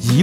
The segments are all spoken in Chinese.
一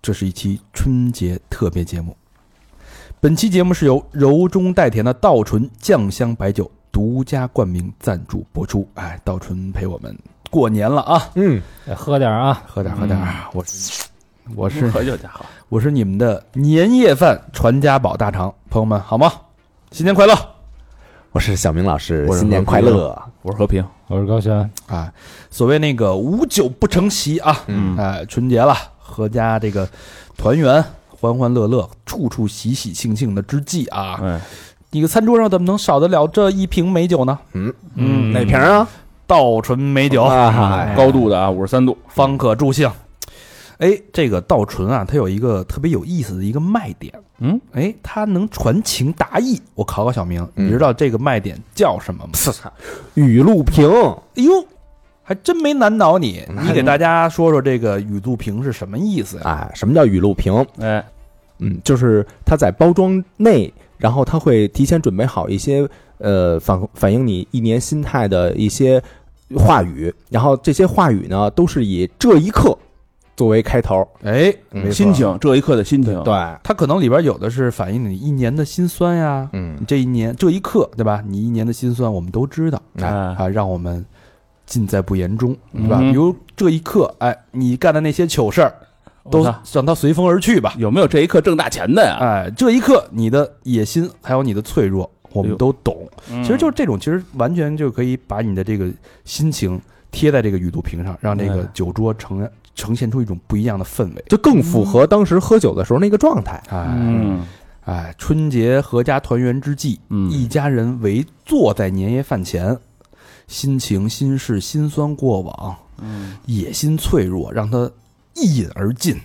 这是一期春节特别节目。本期节目是由柔中带甜的稻醇酱香白酒独家冠名赞助播出。哎，稻醇陪我们过年了啊，嗯，哎喝点儿啊，喝点儿喝点儿，我我是喝酒家伙，我是你们的年夜饭传家宝大肠，朋友们好吗？新年快乐！我是小明老师我，是新年快乐！我是和平。我是高璇，啊，所谓那个无酒不成席啊，嗯哎，春节了，阖家这个团圆，欢欢乐乐，处处喜喜庆庆的之际啊，哎，一个餐桌上怎么能少得了这一瓶美酒呢？嗯嗯，哪瓶啊？稻醇美酒啊高度的啊，五十三度，方可助兴。哎，这个稻醇啊，它有一个特别有意思的一个卖点，嗯，哎，它能传情达意。我考考小明，嗯你知道这个卖点叫什么吗？雨露瓶，哎呦，还真没难倒你。那嗯你给大家说说这个雨露瓶是什么意思呀、哎，什么叫雨露瓶？哎，嗯，就是它在包装内，然后它会提前准备好一些呃反反映你一年心态的一些话语，然后这些话语呢都是以这一刻作为开头，哎，没嗯错心，情，这一刻的心哦情，对，它可能里边有的是反映你一年的辛酸呀，嗯你，这一年这一刻，对吧？你一年的辛酸我们都知道哎，啊，让我们尽在不言中，对吧？嗯比如这一刻，哎，你干的那些糗事儿，都我操啊让它随风而去吧。有没有这一刻挣大钱的呀？哎，这一刻你的野心还有你的脆弱，哎我们都懂。其其实就是这种，其实完全就可以把你的这个心情贴在这个雨露瓶上，让这个嗯酒桌呈呈现出一种不一样的氛围。就更符合当时喝酒的时候那个状态。哎嗯哎，春节合家团圆之际，嗯一家人围坐在年夜饭前，心情、心事、辛酸过往，嗯，野心脆弱，让它一饮而尽，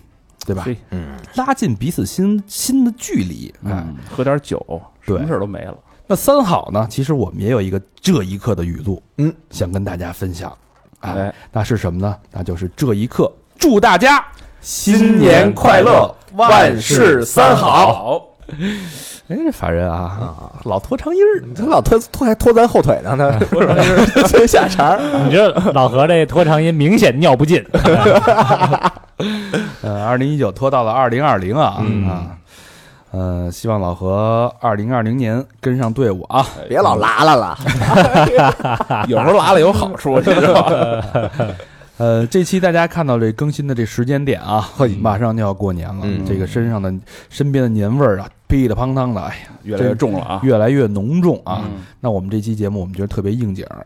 对吧是？嗯，拉近彼此心心的距离。哎，嗯，喝点酒，什对么事儿都没了。那三好呢？其实我们也有一个这一刻的语录，嗯，想跟大家分享。哎，哎，那是什么呢？那就是这一刻，祝大家新年快乐，万事三好。好，哎，这法人啊，老拖长音儿。哎这老拖拖还拖咱后腿呢， 他推下茬儿。你这老何这拖长音明显尿不尽，呃，二零一九拖到了二零二零啊、嗯啊，呃，希望老何二零二零年跟上队伍啊。哎别老拉拉了，有时候拉了有好处，你知道吗？呃，这期大家看到这更新的这时间点啊，嗯马上就要过年了，嗯这个身上的身边的年味儿啊，噼里啪啷的，哎呀，越来越重了啊！越来越浓重啊。嗯那我们这期节目我们觉得特别应景儿，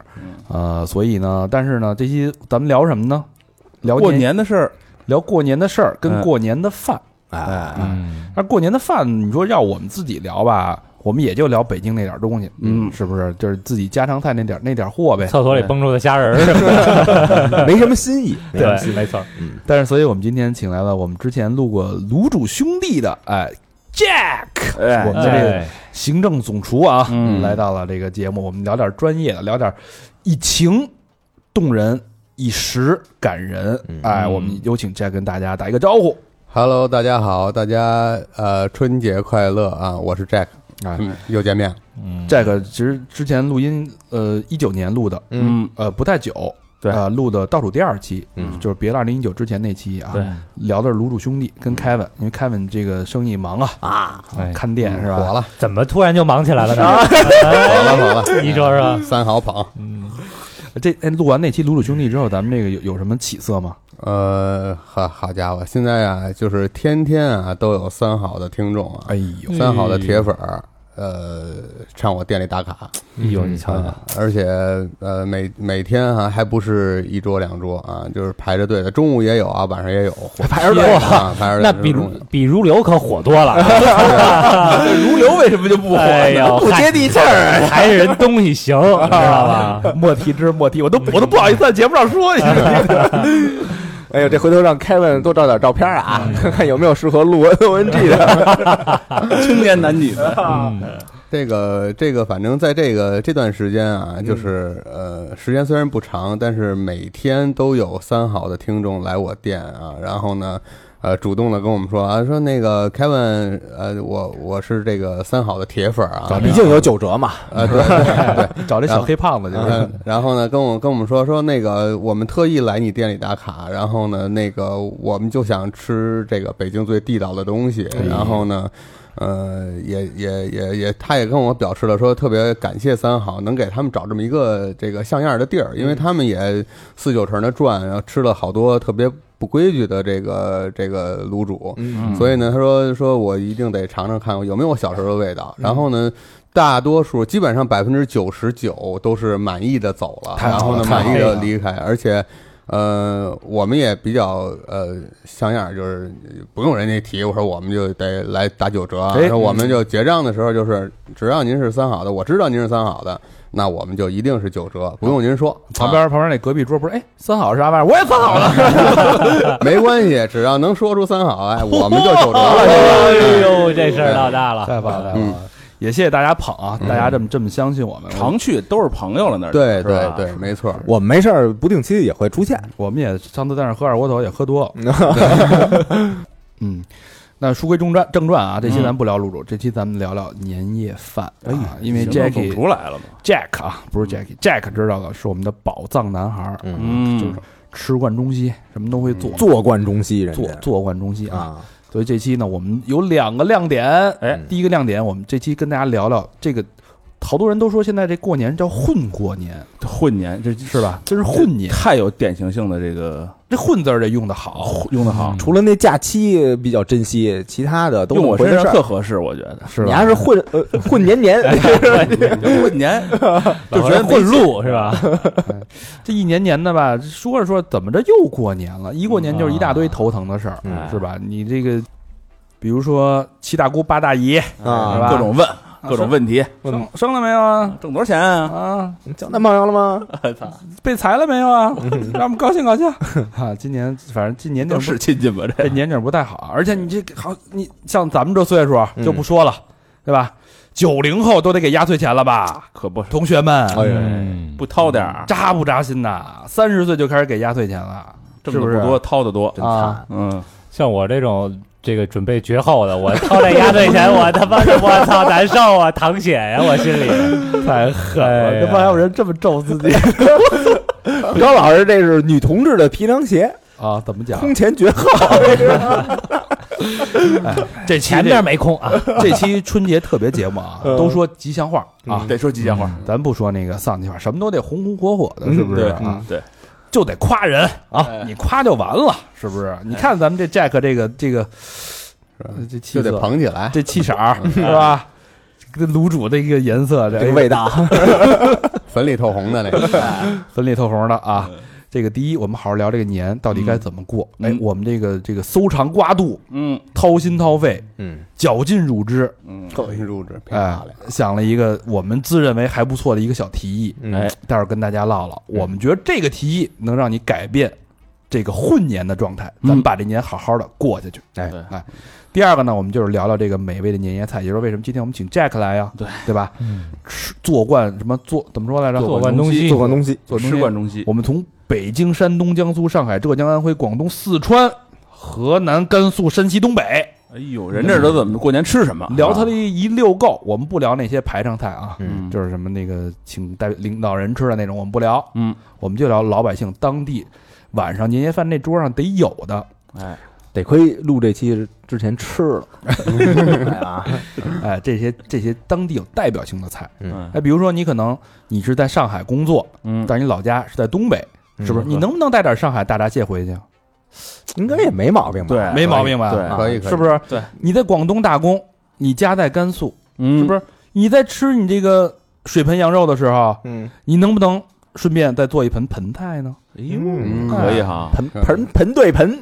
呃，所以呢，但是呢，这期咱们聊什么呢？聊过年的事儿，聊过年的事儿，跟嗯过年的饭。哎，嗯，那过年的饭，你说要我们自己聊吧，我们也就聊北京那点儿东西，嗯是不是？就是自己家常菜那点儿那点儿货呗。厕所里蹦出的虾仁儿，没什么新意，没什么新意对，没错，但是，所以我们今天请来了我们之前录过卤煮兄弟的，哎，Jack，哎我，们的这个哎行政总厨啊，嗯来到了这个节目，我们聊点专业的，聊点以情动人，以实感人。嗯哎，我们有请 Jack 跟大家打一个招呼。 Hello，大家好，大家呃，春节快乐啊！我是 Jack 啊嗯，又见面了。嗯 Jack 其实之前录音，呃，一九年录的，嗯，呃，不太久，对呃，录的倒数第二期，嗯就是别了二零一九之前那期啊，对，聊的是卤煮兄弟跟 Kevin，因为 Kevin 这个生意忙啊，啊，哎看店是吧？火了，怎么突然就忙起来了呢？火哎了，啊 火了！你说嗯说，三好捧，这哎，录完那期卤煮兄弟之后，咱们这个有有什么起色吗？呃，好好家伙，现在啊，就是天天啊都有三好的听众啊，哎呦，三好的铁粉儿，呃，上我店里打卡，哎呦，你瞧瞧，啊，而且呃，每每天啊还不是一桌两桌啊，就是排着队的，中午也有啊，晚上也有，排着队啊，排着队那比中午比如流可火多了，如流嗯为什么就不火啊哎呢？呦，不接地气儿。嗨还是人东西行，知道吧？ 哎嗯莫提之莫提，我都我都不好意思在节目上说。哎呦，这回头让 Kevin 多照点照片啊，看看有没有适合录 N O N G 的。 青年男女的，嗯这个这个，反正在这个这段时间啊，就是呃，时间虽然不长，但是每天都有三好的听众来我店啊，然后呢，呃，主动的跟我们说啊，说那个 Kevin，呃，我我是这个三好的铁粉啊，毕竟有 九折嘛，呃，对对对，找这小黑胖子就是嗯，然后呢，跟我跟我们说说那个，我们特意来你店里打卡，然后呢，那个我们就想吃这个北京最地道的东西，然后呢，呃，也也也也，他也跟我表示了说特别感谢三好能给他们找这么一个这个像样的地儿，因为他们也四九城的转，然后吃了好多特别不规矩的这个这个卤煮，所以呢，他说说我一定得尝尝看有没有我小时候的味道。然后呢，大多数基本上百分之九十九都是满意的走了，太然好后了呢太满好意了的离开，而且。呃，我们也比较呃像样儿，就是不用人家提，我说我们就得来打九折啊。哎说我们就结账的时候，就是只要您是三好的，我知道您是三好的，那我们就一定是九折，不用您说。 旁边旁边那隔壁桌不是哎三好是啥玩意儿？我也三好了，啊 没关系，只要能说出三好，哎，我们就九折了。哎呦，这事儿闹大了，太棒了太棒嗯了！也谢谢大家捧啊，大家这么这么相信我们，常去都是朋友了那儿。对是吧对对，没错。我们没事儿不定期也会出现。我们也上次在那儿喝二锅头也喝多 了。嗯，那书归正传，正传啊，这期咱不聊卤煮，这期咱们聊聊年夜饭啊，因为行那总 Jacky 出来了嘛， Jack 啊，不是 Jacky，Jack 知道的是我们的宝藏男孩儿，嗯，嗯，吃惯中西，什么都会做，坐惯中西人家做做惯中西啊。啊，所以这期呢，我们有两个亮点，哎第一个亮点，我们这期跟大家聊聊这个，好多人都说现在这过年叫混过年，混年这是吧？这是混年，太有典型性的这个这混字儿得用的好，用的好，除了那假期比较珍惜，其他的都用我是身上回事特儿。合适，我觉得是你吧？还是混呃 混年年，混年 就觉得混路是吧？这一年年的吧，说着说着怎么着又过年了，一过年就是一大堆头疼的事儿，嗯是吧？你这个，比如说七大姑八大姨，啊是吧各种问，啊各种问题，生生了没有啊？挣多少钱嗯啊？啊，交男朋友了吗？被裁了没有啊？让我们高兴高兴啊！今年反正今年就 都是亲戚吧？这这年景不太好，而且你这个好，你像咱们这岁数啊嗯就不说了，对吧？九零后都得给压岁钱了吧，可不是同学们，哎呦，嗯，不掏点儿，扎不扎心呐？三十岁就开始给压岁钱了，挣是的不不是多，掏的多。啊？嗯，像我这种这个准备绝后的，我掏这压岁钱，我他妈的我操难受啊，淌血呀，我心里哎太狠这帮有人这么咒自己高老师这是女同志的皮凉鞋，啊？怎么讲？空前绝后。这期前面没空啊，这期春节特别节 目啊，嗯都说吉祥话啊，得说吉祥话，咱不说那个丧气话，什么都得红红火火的，是不是嗯对嗯啊？对，就得夸人啊哎，你夸就完了，是不是？你看咱们这 Jack 这个这个这气哎就得色，捧起来。这气色儿嗯是吧？这卤煮的一哎个颜色，这个这味道，粉里透红的那个，粉里透红的啊。这个第一，我们好好聊这个年到底该怎么过。嗯哎，我们这个这个搜肠刮肚，嗯掏心掏肺，嗯，绞尽乳汁，嗯，特别入职，漂哎亮。，想了一个我们自认为还不错的一个小提议，嗯哎，待会儿跟大家唠唠。我们觉得这个提议能让你改变这个混年的状态，咱嗯们把这年好好的过下去。哎对哎，第二个呢，我们就是聊聊这个美味的年夜菜，也就是为什么今天我们请 Jack 来呀，对对吧？吃做惯什么做怎么说来着？嗯做惯东西做。惯东西，做吃惯中西，我们从北京、山东、江苏、上海、浙江、安徽、广东、四川、河南、甘肃、山西、东北，哎呦，人这都怎么过年吃什么？啊啊聊他的一溜够。我们不聊那些排场菜啊，嗯，就是什么那个请代领导人吃的那种，我们不聊。嗯，我们就聊老百姓当地晚上年夜饭那桌上得有的。哎，得亏录这期之前吃了，哎 啊，哎，这些这些当地有代表性的菜。嗯哎，比如说你可能你是在上海工作，嗯，但是你老家是在东北，是不是？嗯你能不能带点上海大闸蟹回去？应该也没毛病吧？对，没毛病吧？哎对啊可以，可以，是不是？对，你在广东打工，你家在甘肃，嗯，是不是？是？你在吃你这个水盆羊肉的时候，嗯，你能不能顺便再做一盆盆菜呢？哎呦，嗯可以哈，盆盆盆对 盆，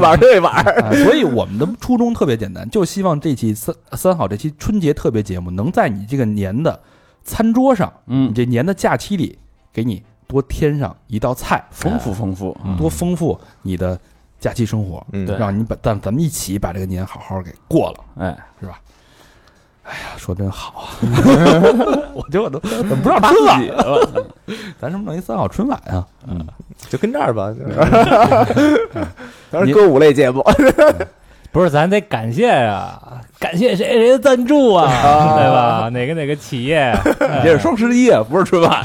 碗儿对碗 儿，哎所以我们的初衷特别简单，就希望这期三三好这期春节特别节目能在你这个年的餐桌上，你嗯，这年的假期里给你多添上一道菜，丰富丰富，嗯嗯哎，多丰富你的假期生活，嗯，对让你把但咱们一起把这个年好好给过了。哎，哎呀，说真好啊！我觉得我都怎么不知道春晚 了？咱是不是弄一三好春晚啊？就跟这儿吧，就是嗯 当时歌舞类节目，不是，咱得感谢啊，感谢谁谁的赞助啊，对吧？哪个哪个企业？哎你这是双十一，啊不是春 晚，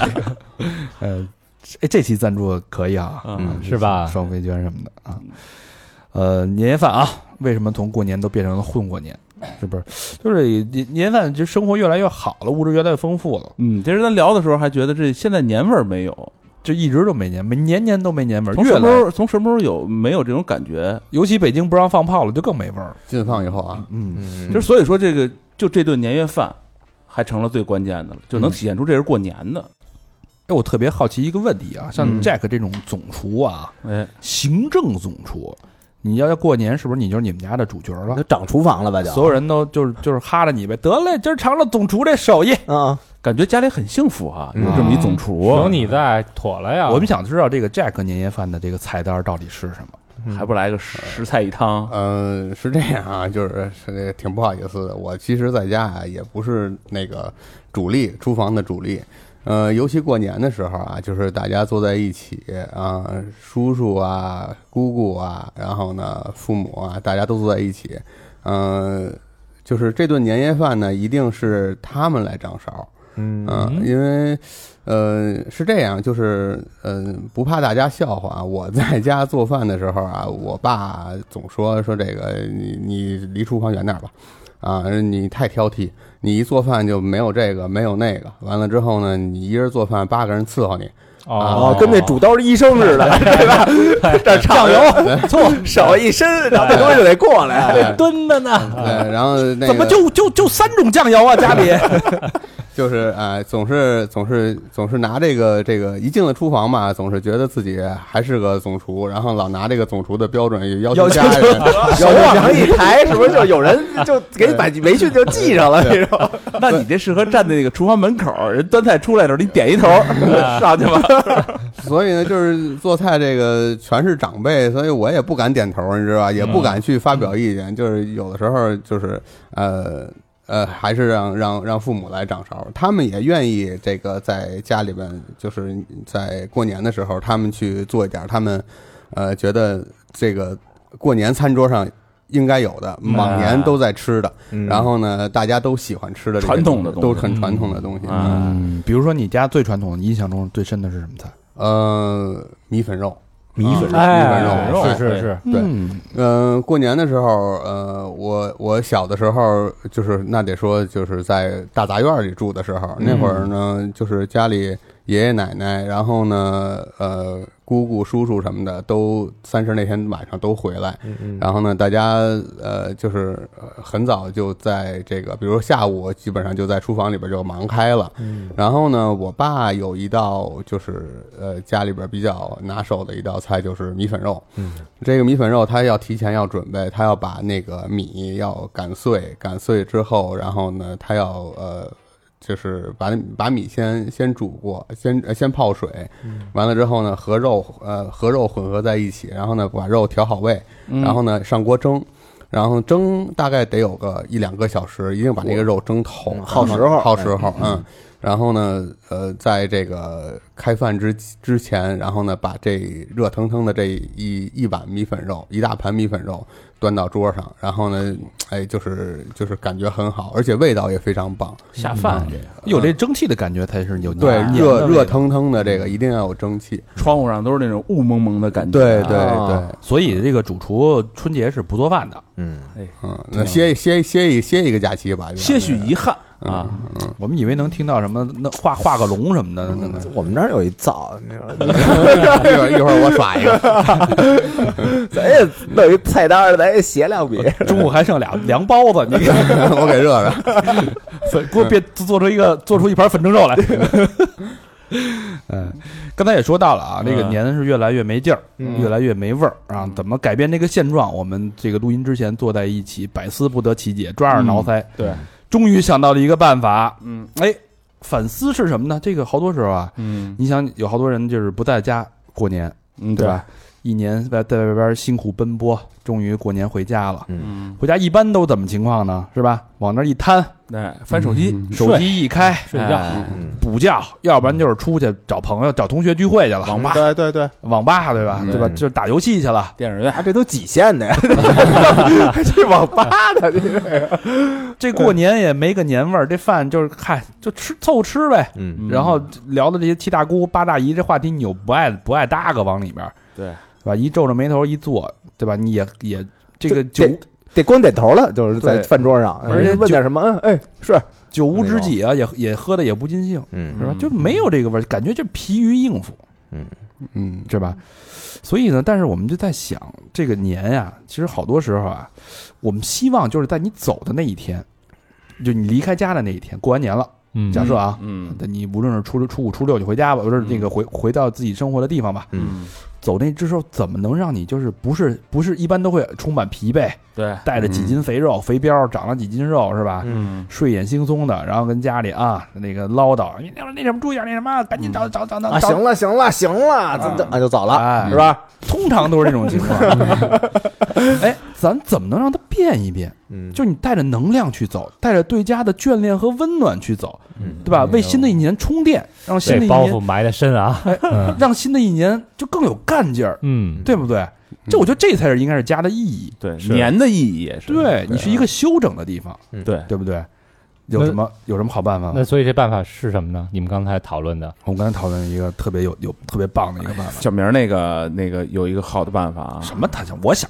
呃，这这期赞助可以啊，嗯是吧双飞娟什么的啊。呃，年夜饭啊，为什么从过年都变成了混过年？是不是？就是年年夜饭，就生活越来越好了，物质越来越丰富了，嗯，其实咱聊的时候还觉得这现在年味儿没有，就一直都没年，没年年都没年味儿，从越什么来时越候从什么时候有没有这种感觉？尤其北京不让放炮了，就更没味儿。禁放以后啊，嗯，就是所以说这个就这顿年夜饭。还成了最关键的了，就能体现出这是过年的。哎，我特别好奇一个问题啊，像嗯 Jack 这种总厨啊，哎，行政总厨，你要要过年，是不是你就是你们家的主角了都？长厨房了吧就？所有人都就是就是哈着你呗，得嘞，今儿尝尝总厨这手艺。啊，感觉家里很幸福啊，有嗯这么一总厨，有你在，妥了呀。我们想知道这个 Jack 年夜饭的这个菜单到底是什么？还不来个十菜一汤？嗯，是这样啊，就是是挺不好意思的。我其实在家啊，也不是那个主力，厨房的主力。呃，尤其过年的时候啊，就是大家坐在一起啊，叔叔啊、姑姑啊，然后呢，父母啊，大家都坐在一起。嗯、就是这顿年夜饭呢，一定是他们来掌勺。嗯嗯，因为呃是这样，就是呃不怕大家笑话啊，我在家做饭的时候啊，我爸总说说这个你你离厨房远点吧，啊你太挑剔，你一做饭就没有这个没有那个，完了之后呢，你一人做饭八个人伺候你，哦，跟那主刀医生似的，对吧？这哎酱 油、哎醋手一伸，然后这东西就得过来。哎蹲的呢，对，然后那个怎么就就就三种酱油啊？家里就是哎、总是总是总是拿这个这个一进了厨房嘛，总是觉得自己还是个总厨，然后老拿这个总厨的标准也哦要求家人， 手往上一抬，是不是就有人 就给你把围裙就系上了那种？那你这适合站在那个厨房门口，人端菜出来的时候，你点一头 上去吧。 所以呢，就是做菜这个全是长辈，所以我也不敢点头，你知嗯道吧？也不敢去发表意见，就是有的时候就是呃呃，还是让让让父母来掌勺，他们也愿意这个在家里边，就是在过年的时候，他们去做一点他们呃觉得这个过年餐桌上。应该有的，嗯往年都在吃的，嗯然后呢，大家都喜欢吃的这些传统的东西东西都很传统的东西。嗯嗯，比如说你家最传统，你印象中最深的是什么菜？呃，米粉肉，米粉米哎粉肉，，是是是，对，嗯、过年的时候，呃，我我小的时候，就是那得说，就是在大杂院里住的时候，那会儿呢，就是家里爷爷奶奶，然后呢，呃，姑姑叔叔什么的，都三十那天晚上都回来，然后呢，大家呃，就是呃很早就在这个，比如说下午，基本上就在厨房里边就忙开了，然后呢，我爸有一道就是呃家里边比较拿手的一道菜就是米粉肉，这个米粉肉，它要提前要准备，它要把那个米要擀碎，擀碎之后，然后呢，它要呃，就是把把米先先煮过，先呃先泡水，嗯完了之后呢，和肉呃和肉混合在一起，然后呢，把肉调好味，嗯然后呢上锅蒸，然后蒸大概得有个一两个小时，一定把那个肉蒸透，然后嗯耗时候哎耗时候，嗯。然后呢，呃，在这个开饭之之前，然后呢，把这热腾腾的这一一碗米粉肉，一大盘米粉肉端到桌上，然后呢，哎，就是就是感觉很好，而且味道也非常棒。下饭，呃有这蒸汽的感觉才是有对，年味儿热热腾腾的这个一定要有蒸汽。窗户上都是那种雾蒙蒙的感觉。对对对啊，所以这个主厨春节是不做饭的。嗯，嗯，那歇歇歇一歇一个假期吧，就些许遗憾啊，嗯我们以为能听到什么那画画个龙什么的，那 个我们那儿有一灶，你说一会儿一会儿我耍一 个， 咱也弄一菜单儿，咱也写两笔。中午还剩俩凉包子，你给我给热热。粉给我变做出一个做出一盘粉蒸肉来。 嗯，刚才也说到了啊，这个嗯年是越来越没劲儿，越来越没味儿啊。怎么改变这个现状？我们这个录音之前坐在一嗯起，百思不得其解，抓耳挠腮。对，终于想到了一个办法。嗯，哎，反思是什么呢？这个好多时候啊，嗯你想有好多人就是不在家过年，嗯，对吧？一年在在外边辛苦奔波，终于过年回家了。嗯，回家一般都怎么情况呢？是吧？往那儿一摊，哎，翻手机，手机一开，睡觉嗯哎嗯补觉，要不然就是出去找朋友、找同学聚会去了，网吧、对对对，网吧，对吧？嗯对吧？就是打游戏去了。电影院啊，这都几线 的呀？这网吧的，这过年也没个年味儿，这饭就是嗨，就吃凑吃呗。嗯，然后聊的这些七大姑八大姨这话题，你又不爱不爱搭个往里边儿，对对吧？一皱着眉头一坐，对吧？你也也这个酒这这得光点头了，就是在对饭桌上，而且人家问点什么，嗯，哎，是，酒无知己啊，也也喝的也不尽兴，嗯是吧嗯？就没有这个味儿，感觉就疲于应付，嗯，是吧？所以呢，但是我们就在想，这个年呀、其实好多时候啊，我们希望就是在你走的那一天，就你离开家的那一天，过完年了，嗯假设啊，嗯你无论是初初五、初六就回家吧，或者是那个回回到自己生活的地方吧，嗯，走那之后，怎么能让你就是不是不是一般都会充满疲惫，对，带着几斤肥肉、肥膘，长了几斤肉是吧？嗯睡眼惺忪的，然后跟家里啊那个唠叨，你那那什么注意点，那什么赶紧找找找啊，找，行了，行了，行了，这这啊就走了，哎是，吧？通常都是这种情 况。 哎，咱怎么能让它变一变？嗯，就是你带着能量去走，带着对家的眷恋和温暖去走，嗯对吧？为新的一年充电，让新的这一包袱年埋的深啊，让新的一年就更有干劲儿，嗯，对不对？这我觉得这才是应该是家的意义。对，是年的意义也是，对你是一个休整的地方，对，对不对？有那什么有什么好办法吗？那所以这办法是什么呢？你们刚才讨论的，我们刚才讨论了一个特别有有特别棒的一个办法。小明儿那个那个有一个好的办法啊，哎什么他想？我想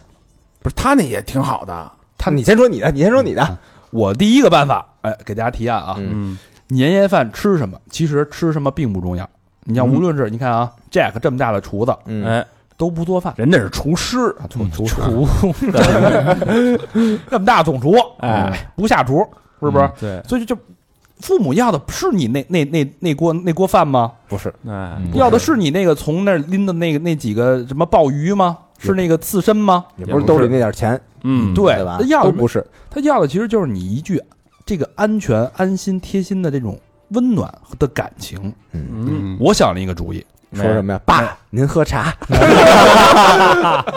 不是他那也挺好的，他，你先说你的，你先说你的，我第一个办法，哎，给大家提案啊，嗯嗯年夜饭吃什么？其实吃什么并不重要。你嗯像无论是、你看啊，Jack 这么大的厨子嗯哎，都不做饭，人家是厨师，啊嗯总厨厨这么大总厨，嗯哎，嗯不下厨是不是？对，所以就就父母要的是你那那那那锅那锅饭吗？不是，哎，嗯要的是你那个从那儿拎的那个那几个什么鲍鱼吗？是那个刺身吗？也也不不是是兜里那点钱，嗯，对对吧他？要都的不是，他要的其实就是你一句这个安全、安心、贴心的这种温暖的感情。嗯，我想了一个主意，说什么呀？爸，您喝 茶，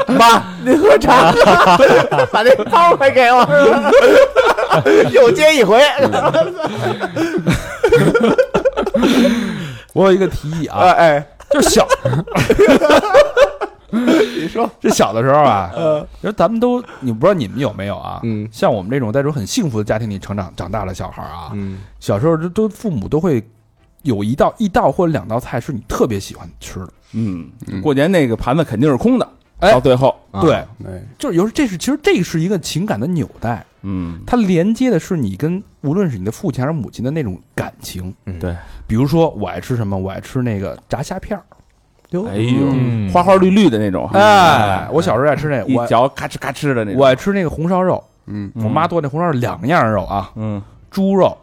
妈，您喝茶， 把那包还给 我，又接一回，我有一个提议啊，哎 哎，就是小，你说 这小的时候啊，就是咱们都，你不知道你们有没有啊？嗯像我们这种在这种很幸福的家庭里成长长大的小孩啊，嗯小时候都都父母都会有一道一道或者两道菜是你特别喜欢吃的，嗯嗯，过年那个盘子肯定是空的，哎到最后，啊对，哎，就是有时候这是其实这是一个情感的纽带，嗯，它连接的是你跟无论是你的父亲还是母亲的那种感情。嗯对，比如说我爱吃什么，我爱吃那个炸虾片儿。哦哎呦嗯，花花绿绿的那种，哎，我小时候爱吃那，啊一我嚼咔哧咔哧的那种，我爱吃那个红烧肉。嗯，我妈做那红烧肉两样肉啊，嗯，猪肉，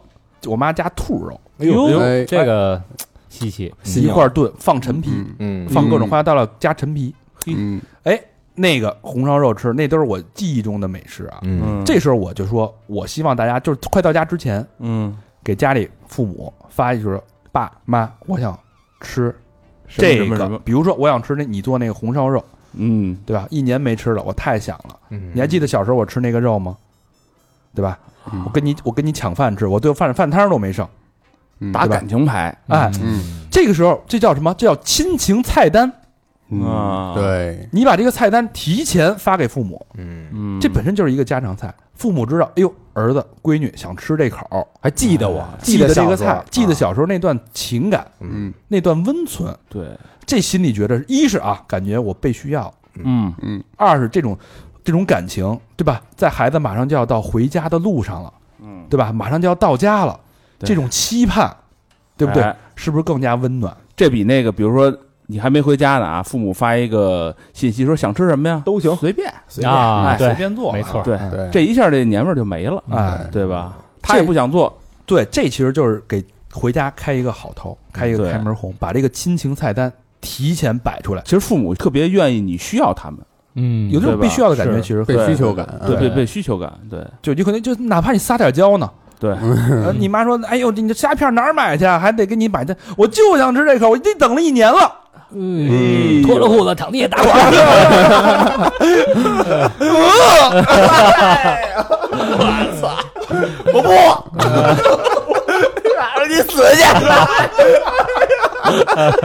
我妈加兔肉哎呦哎这个稀奇，嗯一块儿炖，放陈皮， 嗯嗯放各种花椒调料加陈皮。嗯哎，那个红烧肉吃，那都是我记忆中的美食啊。嗯这时候我就说，我希望大家就是快到家之前，嗯，给家里父母发一句说：“爸妈，我想吃什么这什么什个么，，比如说我想吃那你做那个红烧肉，嗯，对吧？一年没吃了，我太想了。嗯你还记得小时候我吃那个肉吗？对吧？嗯我跟你我跟你抢饭吃，我对饭饭摊儿都没剩。嗯，打感情牌，哎，嗯这个时候这叫什么？这叫亲情菜单。啊嗯，对，你把这个菜单提前发给父母，嗯，嗯，这本身就是一个家常菜。父母知道，哎呦，儿子闺女想吃这口儿，还记得我，记得得这小个时候啊菜，记得，小时候那段情感，嗯那段温存，对，这心里觉得，一是啊，感觉我被需要；嗯嗯二是这种这种感情，对吧？在孩子马上就要到回家的路上了，嗯，对吧？马上就要到家了，对这种期盼，对不对？哎是不是更加温暖？这比那个，比如说你还没回家呢啊，父母发一个信息说想吃什么呀，都行随便，啊，哎随对，便做，没错，嗯对，嗯对，这一下这年味儿就没啊了，哎，对吧？他也这不想做，对，这其实就是给回家开一个好头，开一个对开门红，把这个亲情菜单提前摆出来，其实父母特别愿意你需要他们，嗯，有这种对吧必须要的感觉，是其实被会需求感，啊对对被需求感，对就你可能就哪怕你撒点娇呢，对，呃你妈说，哎呦，你这虾片哪儿买去啊？还得给你买去，我就想吃这口，我得等了一年了。嗯，脱了裤子躺地下打滚。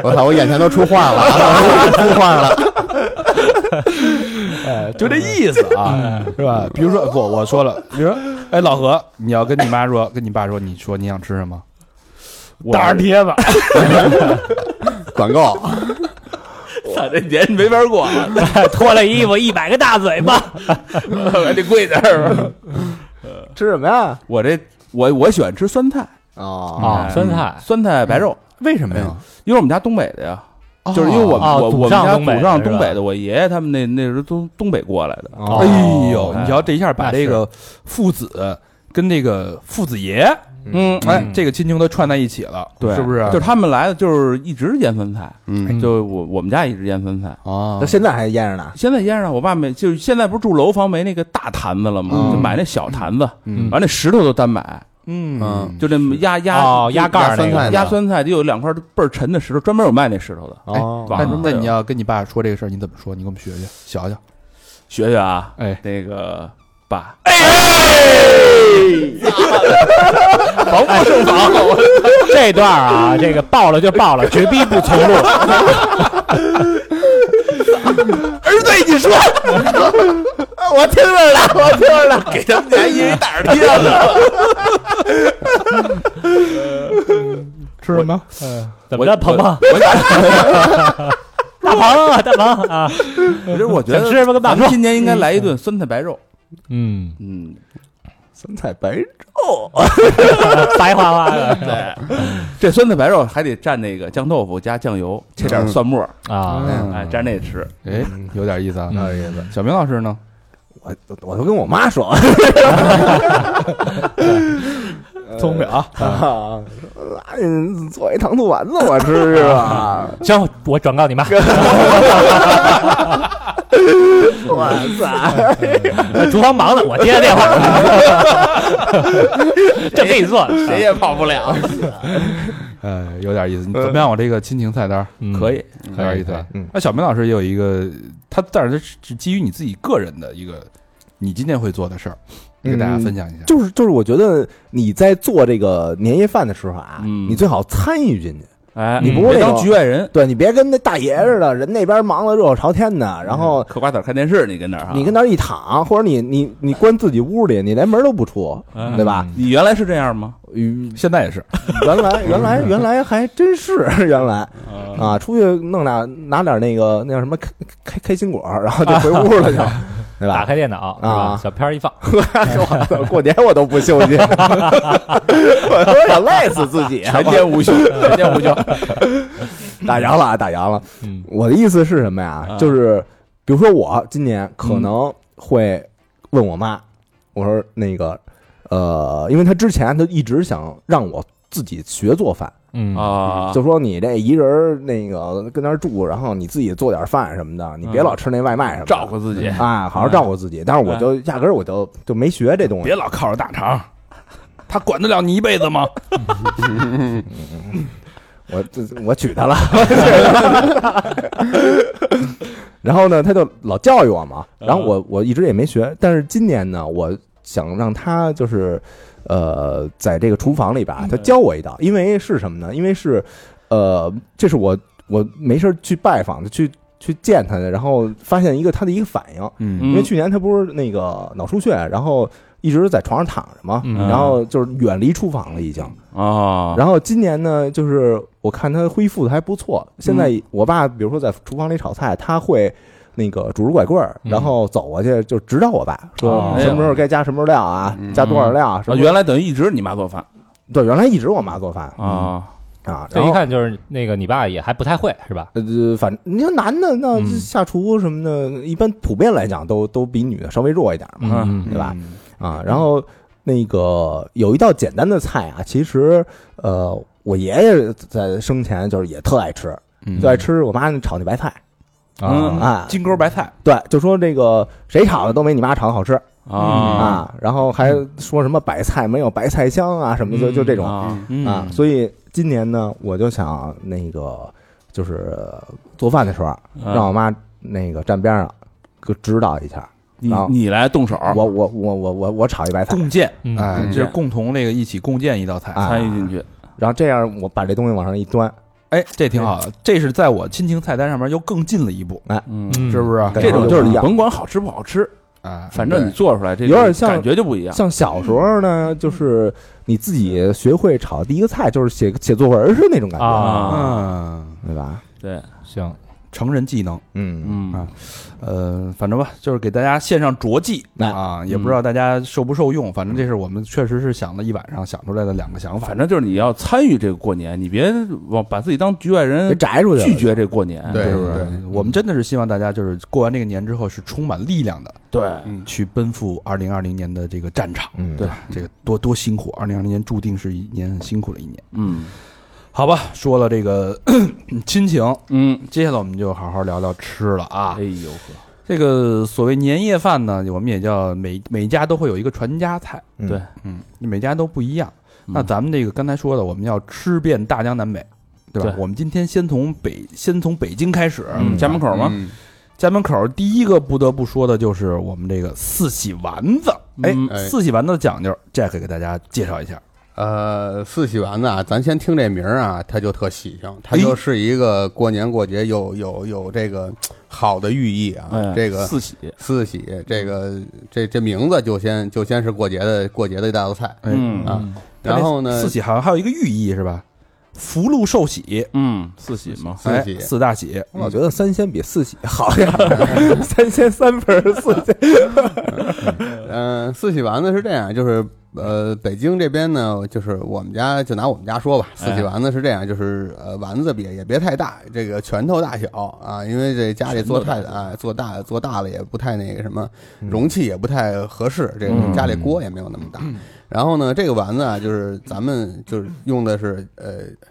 我操，我眼前都出画了啊，出画了。哎就这意思啊，是吧？比如说，我我说了，比如说，哎，老何，你要跟你妈说，跟你爸说，你说你想吃什么？大耳贴吧，管够，操，这年没法过了， 脱了衣服一百个大嘴巴。 还得跪那儿。吃什么呀？ 我这我我喜欢吃酸菜，哦，啊，嗯酸菜酸菜白肉，哎为什么呀？因为我们家东北的呀，就是因为我哦我我祖们上家东北祖上是吧东北的，我爷爷他们那那时候都东北过来的，哦哎呦，哎你瞧，这一下把那这个父子跟这个父子爷，嗯哎嗯，这个亲情都串在一起了，对，是不啊是？就是他们来的，就是一直腌酸菜， 嗯哦嗯就我我们家一直腌酸菜。啊那，现在还腌着呢。现在腌上，我爸没就是现在不是住楼房没那个大坛子了吗？嗯就买那小坛子，嗯完那石头都单买，嗯嗯，就那么压哦压压盖儿那压酸菜个的压酸菜，得有两块倍儿沉的石头，专门有卖那石头的。哎哦，那网上那有你要跟你爸说这个事儿，你怎么说？你给我们学学，学学。学学啊，哎，那个爸， 这段啊，这个爆了就爆了，绝逼不从录。儿子，你 说，我听着了，我听着了，给他们哎家一人 打耳贴子。吃什么？怎么着，鹏鹏？我 大鹏啊，大鹏啊，我就是我觉想吃得，什么跟咱大们鹏。今年应该来嗯一顿酸菜白肉。嗯，嗯，酸菜白肉白嗯花花的这酸菜白肉还得蘸那个酱豆腐加酱油，切点蒜末，啊，嗯哎，蘸那吃。哎，有点意思啊，有点意思。小明老师呢？我我都跟我妈说， 聪明啊，啊，嗯，做一糖醋丸子我吃是 吧？行，我转告你妈，我操！厨房忙呢，我接个电话。这给你做，谁也哎，有点意思。你怎么样？我这个亲情菜单儿嗯哎可以，有点意思啊。嗯那小明老师也有一个，他但是他是基于你自己个人的一个，你今天会做的事儿，你跟大家分享一下。就是就是，我觉得你在做这个年夜饭的时候啊，嗯你最好参与进去。哎，你不别是那当种局外人，对你别跟那大爷似的，人那边忙得热火朝天的，然后嗑瓜子儿看电视，你跟那儿啊哈，你跟那儿一躺，或者你你你关自己屋里，你连门都不出，嗯对吧？你原来是这样吗？嗯现在也是，原来原来原来还真是 原来嗯啊，出去弄点拿点那个那叫什么开开开心果，然后就回屋了就，对打吧？开电脑是吧啊小片儿一放，我操 过年我都不休息， 我都想累死自己啊！全天无休，全天无休。打烊了啊，打烊了。嗯我的意思是什么啊呀？就是比如说我今年可嗯能会问我妈，我说那个呃，因为她之前她一直想让我自己学做饭，嗯啊，就说你这一人儿那个跟那儿住，然后你自己做点饭什么的，你别嗯老吃那外卖什么的，照顾嗯自己，啊，好好照顾自己。但是我就压根儿我就就没学这东西别，老靠着大肠，他管得了你一辈子吗？我这我娶她了。然后呢，他就老教育我嘛，然后我我一直也没学，但是今年呢，我想让他就是，呃，在这个厨房里吧，他教我一道，因为是什么呢？因为是，呃，这是我我没事儿去拜访他，去去见他的，然后发现一个他的一个反应，嗯因为去年他不是那个脑出血，然后一直在床上躺着嘛，嗯然后就是远离厨房了已经。啊，然后今年呢，就是我看他恢复的还不错。嗯现在我爸比如说在厨房里炒菜，他会那个拄着拐棍儿，嗯然后走过去就指导我爸说哦什么时候该加什么料啊，嗯加多少料啊。什啊么原来等于一直你妈做饭对原来一直我妈做饭啊，啊，这然一后。看就是那个你爸也还不太会是吧？呃，反正你说男的那嗯下厨什么的，一般普遍来讲都都比女的稍微弱一点嘛。嗯对吧？啊，然后那个有一道简单的菜啊，其实呃，我爷爷在生前就是也特爱吃，嗯就爱吃我妈那炒那白菜嗯啊，金钩白菜，对，就说这个谁炒的都没你妈炒的好吃，啊啊，然后还说什么白菜没有白菜香啊什么的，就就这种啊，嗯啊。所以今年呢，我就想那个就是做饭的时候，嗯让我妈那个站边上给我指导一下。你啊你来动手，我我我我我我炒一白菜，共建，嗯哎这这是共同那个一起共建一道菜，啊参与进去，然后这样我把这东西往上一端，哎，这挺好的，这是在我亲情菜单上面又更进了一步，嗯，嗯是不是？感这觉种就是不一你样。甭管好吃不好吃，哎啊，反正你做出来这有点像感觉就不一样。像小时候呢，就是你自己学会炒第一个菜，就是写写作文是那种感觉，啊，嗯，对吧？对，行，成人技能，嗯，嗯啊呃，反正吧，就是给大家献上拙技哎啊，也不知道大家受不受用，反正这是我们确实是想了一晚上想出来的两个想法反。正就是你要参与这个过年，你别往把自己当局外嗯给人，摘出去了拒绝这过年。对对是不是对我们真的是希望大家就是过完这个年之后是充满力量的，对，去奔赴二零二零年的这个战场。嗯，对，吧？这个多多辛苦，二零二零年注定是一年很辛苦的一年。嗯好吧，说了这个 亲情，嗯，接下来我们就好好聊聊吃了啊哎。呦呵，这个所谓年夜饭呢，我们也叫每每家都会有一个传家菜，嗯对嗯，每家都不一样。嗯那咱们这个刚才说的，我们要吃遍大江南北，对吧？对我们今天先从北，先从北京开始。嗯家门口吗？嗯家门口第一个不得不说的就是我们这个四喜丸子。哎，嗯哎四喜丸子的讲究，Jack 给大家介绍一下。呃，四喜丸子啊，咱先听这名儿啊，它就特喜庆，哎它就是一个过年过节有有有这个好的寓意啊。哎，这个四喜，四喜，这个这这名字就先就先是过节的过节的一道菜。哎嗯啊然后呢，四喜好像还有一个寓意是吧？福禄寿喜，嗯，四喜嘛，四喜哎、四大喜，我老觉得三鲜比四喜好点儿，三鲜三盆儿四鲜，嗯，四喜丸子是这样，就是呃，北京这边呢，就是我们家就拿我们家说吧，四哎喜丸子是这样，就是呃，丸子别也别太大，这个拳头大小啊，因为这家里做太啊做大做大了也不太那个什么，容器也不太合适，这个嗯家里锅也没有那么大。然后呢，这个丸子啊，就是咱们就是用的是呃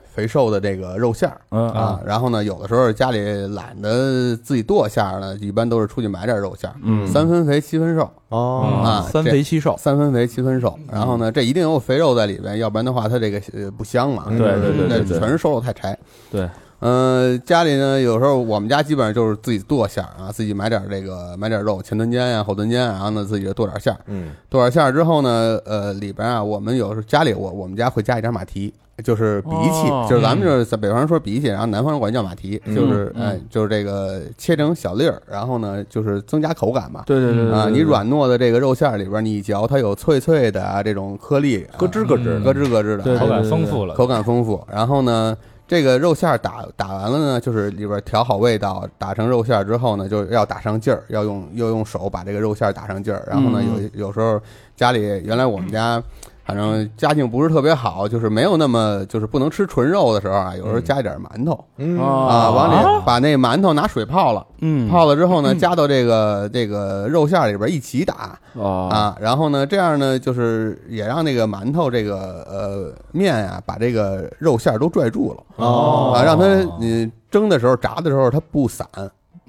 肥瘦的这个肉馅儿。嗯啊，然后呢，有的时候家里懒得自己剁馅儿呢，一般都是出去买点儿肉馅儿，嗯三分肥七分瘦哦，啊，三这肥七瘦，三分肥七分瘦，嗯然后呢，这一定有肥肉在里边，要不然的话它这个呃不香嘛。嗯对对对对那对，全是瘦肉太柴。对，呃，家里呢有时候我们家基本上就是自己剁馅儿啊，自己买点这个买点肉，前臀尖呀、后臀尖啊，然后呢自己就剁点馅儿，嗯，剁点馅儿之后呢，呃，里边啊我们有时候家里我我们家会加一点马蹄。就是荸荠，哦就是咱们就是在北方人说荸荠，然后南方人管叫马蹄，嗯就是嗯哎、就是这个切成小粒儿，然后呢就是增加口感嘛。对对对对啊，对你软糯的这个肉馅儿里边儿，你一嚼它有脆脆的啊，这种颗粒，啊咯吱咯吱咯吱咯吱对的，对口口感感丰富了，口感丰富。然后呢，这个肉馅儿打打完了呢，就是里边儿调好味道，打成肉馅儿之后呢，就要打上劲儿，要用要用手把这个肉馅儿打上劲儿。然后呢，嗯有有时候家里原来我们家。反正家境不是特别好，就是没有那么就是不能吃纯肉的时候啊，有时候加一点儿馒头、嗯啊，啊往里把那馒头拿水泡了，嗯泡了之后呢，加到这个这个肉馅儿里边儿一起打，啊啊，然后呢，这样呢，就是也让那个馒头这个呃面啊，把这个肉馅儿都拽住了、哦啊，让它你蒸的时候、炸的时候它不散，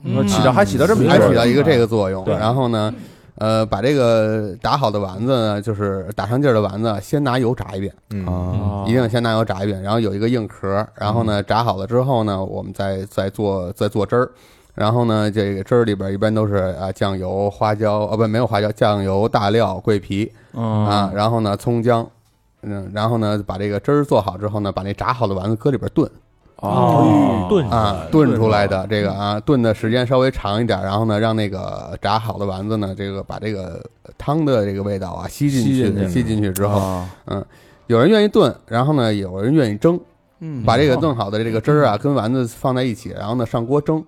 嗯起到还起到这么一个还作用起到一个这个作用。对然后呢，呃，把这个打好的丸子呢，就是打上劲儿的丸子，先拿油炸一遍，嗯啊，哦一定先拿油炸一遍，然后有一个硬壳，然后嗯呢，炸好了之后呢，我们再再做再做汁儿。然后呢，这个汁儿里边一般都是啊酱油、花椒，哦不，没有花椒，酱油、大料、桂皮，哦嗯啊，然后呢，葱姜，嗯，然后呢，把这个汁儿做好之后呢，把那炸好的丸子搁里边炖哦炖出啊来，炖出来的这个啊，炖的时间稍微长一点，然后呢，让那个炸好的丸子呢，这个把这个呃汤的这个味道啊吸进吸去，进吸去进去之后，啊有人愿意炖，然后呢，有人愿意蒸，嗯把这个弄好的这个汁儿啊跟丸子放在一起，然后呢上锅蒸，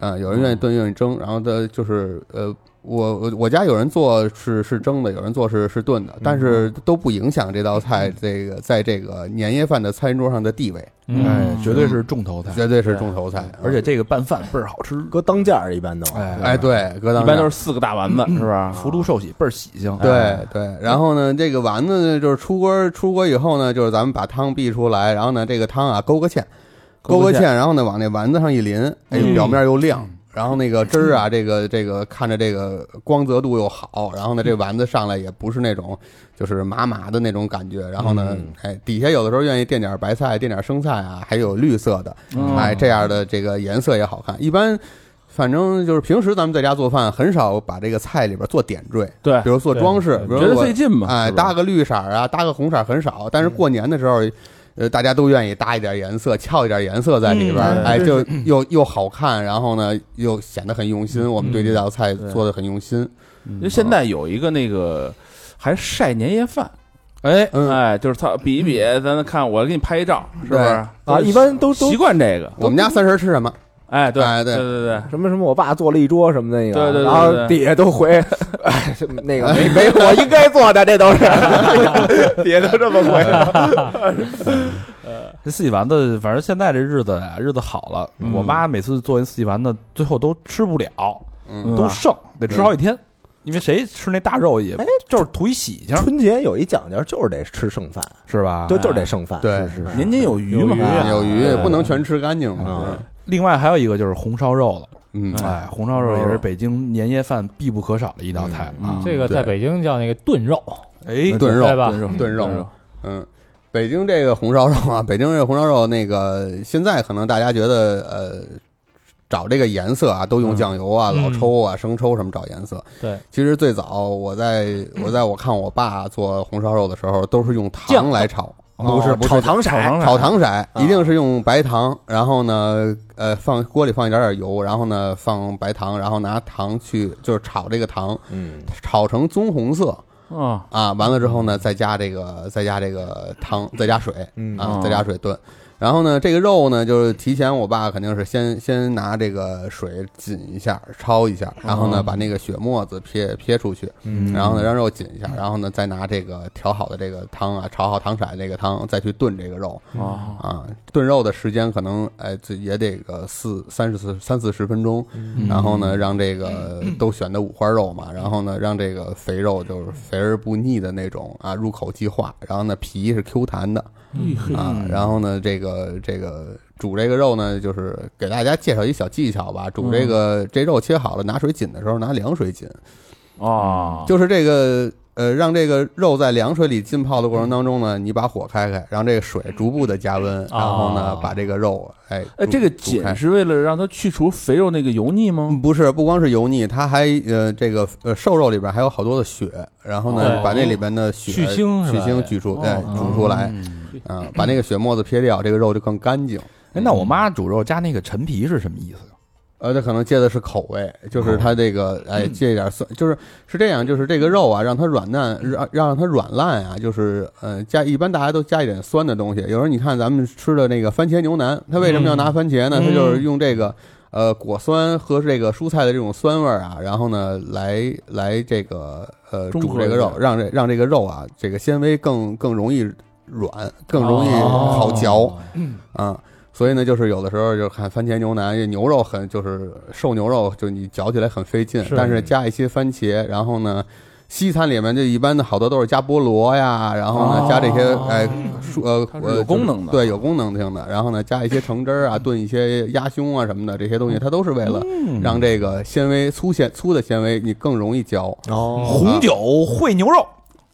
啊，有人愿意炖，愿意蒸，然后的就是呃。我我我家有人做是是蒸的，有人做是是炖的，但是都不影响这道菜这个在这个年夜饭的餐桌上的地位，嗯哎，绝对是重头菜，绝对是重头菜。而且这个拌饭倍儿好吃，搁当间儿一般都，哎哎，对，搁当一般家都是四个大丸子，是吧？福禄寿喜倍儿喜庆。啊哎对对，然后呢，这个丸子呢，就是出锅出锅以后呢，就是咱们把汤避出来，然后呢，这个汤啊勾个芡，勾勾个个芡芡，然后呢往那丸子上一淋，哎，嗯表面又亮，然后那个汁儿啊，这个这个看着这个光泽度又好，然后呢，这丸子上来也不是那种就是麻麻的那种感觉，然后嗯呢，哎，底下有的时候愿意垫点白菜，垫点生菜啊，还有绿色的，嗯哎，这样的这个颜色也好看。一般反正就是平时咱们在家做饭，很少把这个菜里边做点缀，对比如做装饰，比如觉得我费劲嘛，哎，是吧搭个绿色儿啊，搭个红色儿很少，但是过年的时候。呃，大家都愿意搭一点颜色，翘一点颜色在里边儿，嗯哎，就又又好看，然后呢又显得很用心。我们对这道菜对做的很用心，因为现在有一个那个还晒年夜饭，哎，嗯哎，就是他比一比，咱看我给你拍一照，是不是？啊，一般都都习惯这个，我们家三十吃什么？哎，对哎对对对对，什么什么，我爸做了一桌什么那个，对对对对然后底下都回，哎，那个没没我应该做的，这都是，底下都这么回，这四喜丸子，反正现在这日子呀，日子好了，我妈每次做完四喜丸子，最后都吃不了，嗯都剩，得吃好几天，因为谁吃那大肉哎也就是图一喜庆，春节有一讲究，就是得吃剩饭，是吧？就就是得剩饭，对嗯是是，年年有余嘛有余，啊有鱼对不能全吃干净嘛嗯。另外还有一个就是红烧肉了，嗯，哎，红烧肉也是北京年夜饭必不可少的一道菜啊。这个在北京叫那个炖肉，哎，炖肉对吧？炖肉，嗯，北京这个红烧肉啊，北京这个红烧肉，那个现在可能大家觉得呃，找这个颜色啊，都用酱油啊、嗯老抽啊、生抽什么找颜色。对，其实最早我在我在我看我爸做红烧肉的时候，都是用酱糖来炒，不是不是炒糖色，炒糖色，一定是用白糖，然后呢，呃，放锅里放一点点油，然后呢放白糖，然后拿糖去就是炒这个糖，嗯，炒成棕红色。啊，啊，完了之后呢，再加这个，再加这个汤，再加水，嗯啊哦，再加水炖。然后呢，这个肉呢，就是提前我爸肯定是先先拿这个水紧一下，焯一下，然后呢，把那个血沫子撇撇出去，哦嗯然后呢，让肉紧一下，然后呢，再拿这个调好的这个汤啊，炒好糖色这个汤，再去炖这个肉嗯哦，啊。炖肉的时间可能哎，这也得个四三十四三四十分钟，然后呢，让这个都选的五花肉嘛，然后呢，让这个肥肉就是肥而不腻的那种啊，入口即化。然后呢，皮是 Q 弹的啊，然后呢，这个这个煮这个肉呢，就是给大家介绍一小技巧吧。煮这个这肉切好了，拿水紧的时候拿凉水紧，嗯哦，就是这个呃，让这个肉在凉水里浸泡的过程当中呢，你把火开开，让这个水逐步的加温，然后呢哦，呃把这个肉哎哎，这个煮煮开嗯碱是为了让它去除肥肉那个油腻吗？不是，不光是油腻，它还呃，这个呃瘦肉里边还有好多的血，然后呢，哦把那里边的血去腥是去吧哦腥取出，对，煮出来，嗯啊，把那个血沫子撇掉，这个肉就更干净。哎，那我妈煮肉加那个陈皮是什么意思？呃，它可能借的是口味，哦就是它这个，哎，嗯借一点蒜，就是是这样，就是这个肉啊，让它软烂，让让它软烂啊，就是呃，加一般大家都加一点酸的东西。有时候你看咱们吃的那个番茄牛腩，它为什么要拿番茄呢？嗯它就是用这个呃果酸和这个蔬菜的这种酸味儿啊，然后呢来来这个呃中煮和这个一下肉，让这让这个肉啊，这个纤维更更容易软，更容易哦好嚼。嗯啊，所以呢，就是有的时候就看番茄牛腩，这牛肉很就是瘦牛肉，就你嚼起来很费劲，是但是加一些番茄，然后呢，西餐里面就一般的好多都是加菠萝呀，然后呢、加这些哎蔬呃哦它是呃有功能的对有功能性的，然后呢加一些橙汁儿啊，炖一些鸭胸啊什么的这些嗯东西，它都是为了嗯让这个纤维粗纤粗的纤维你更容易嚼。哦，啊红酒烩牛肉，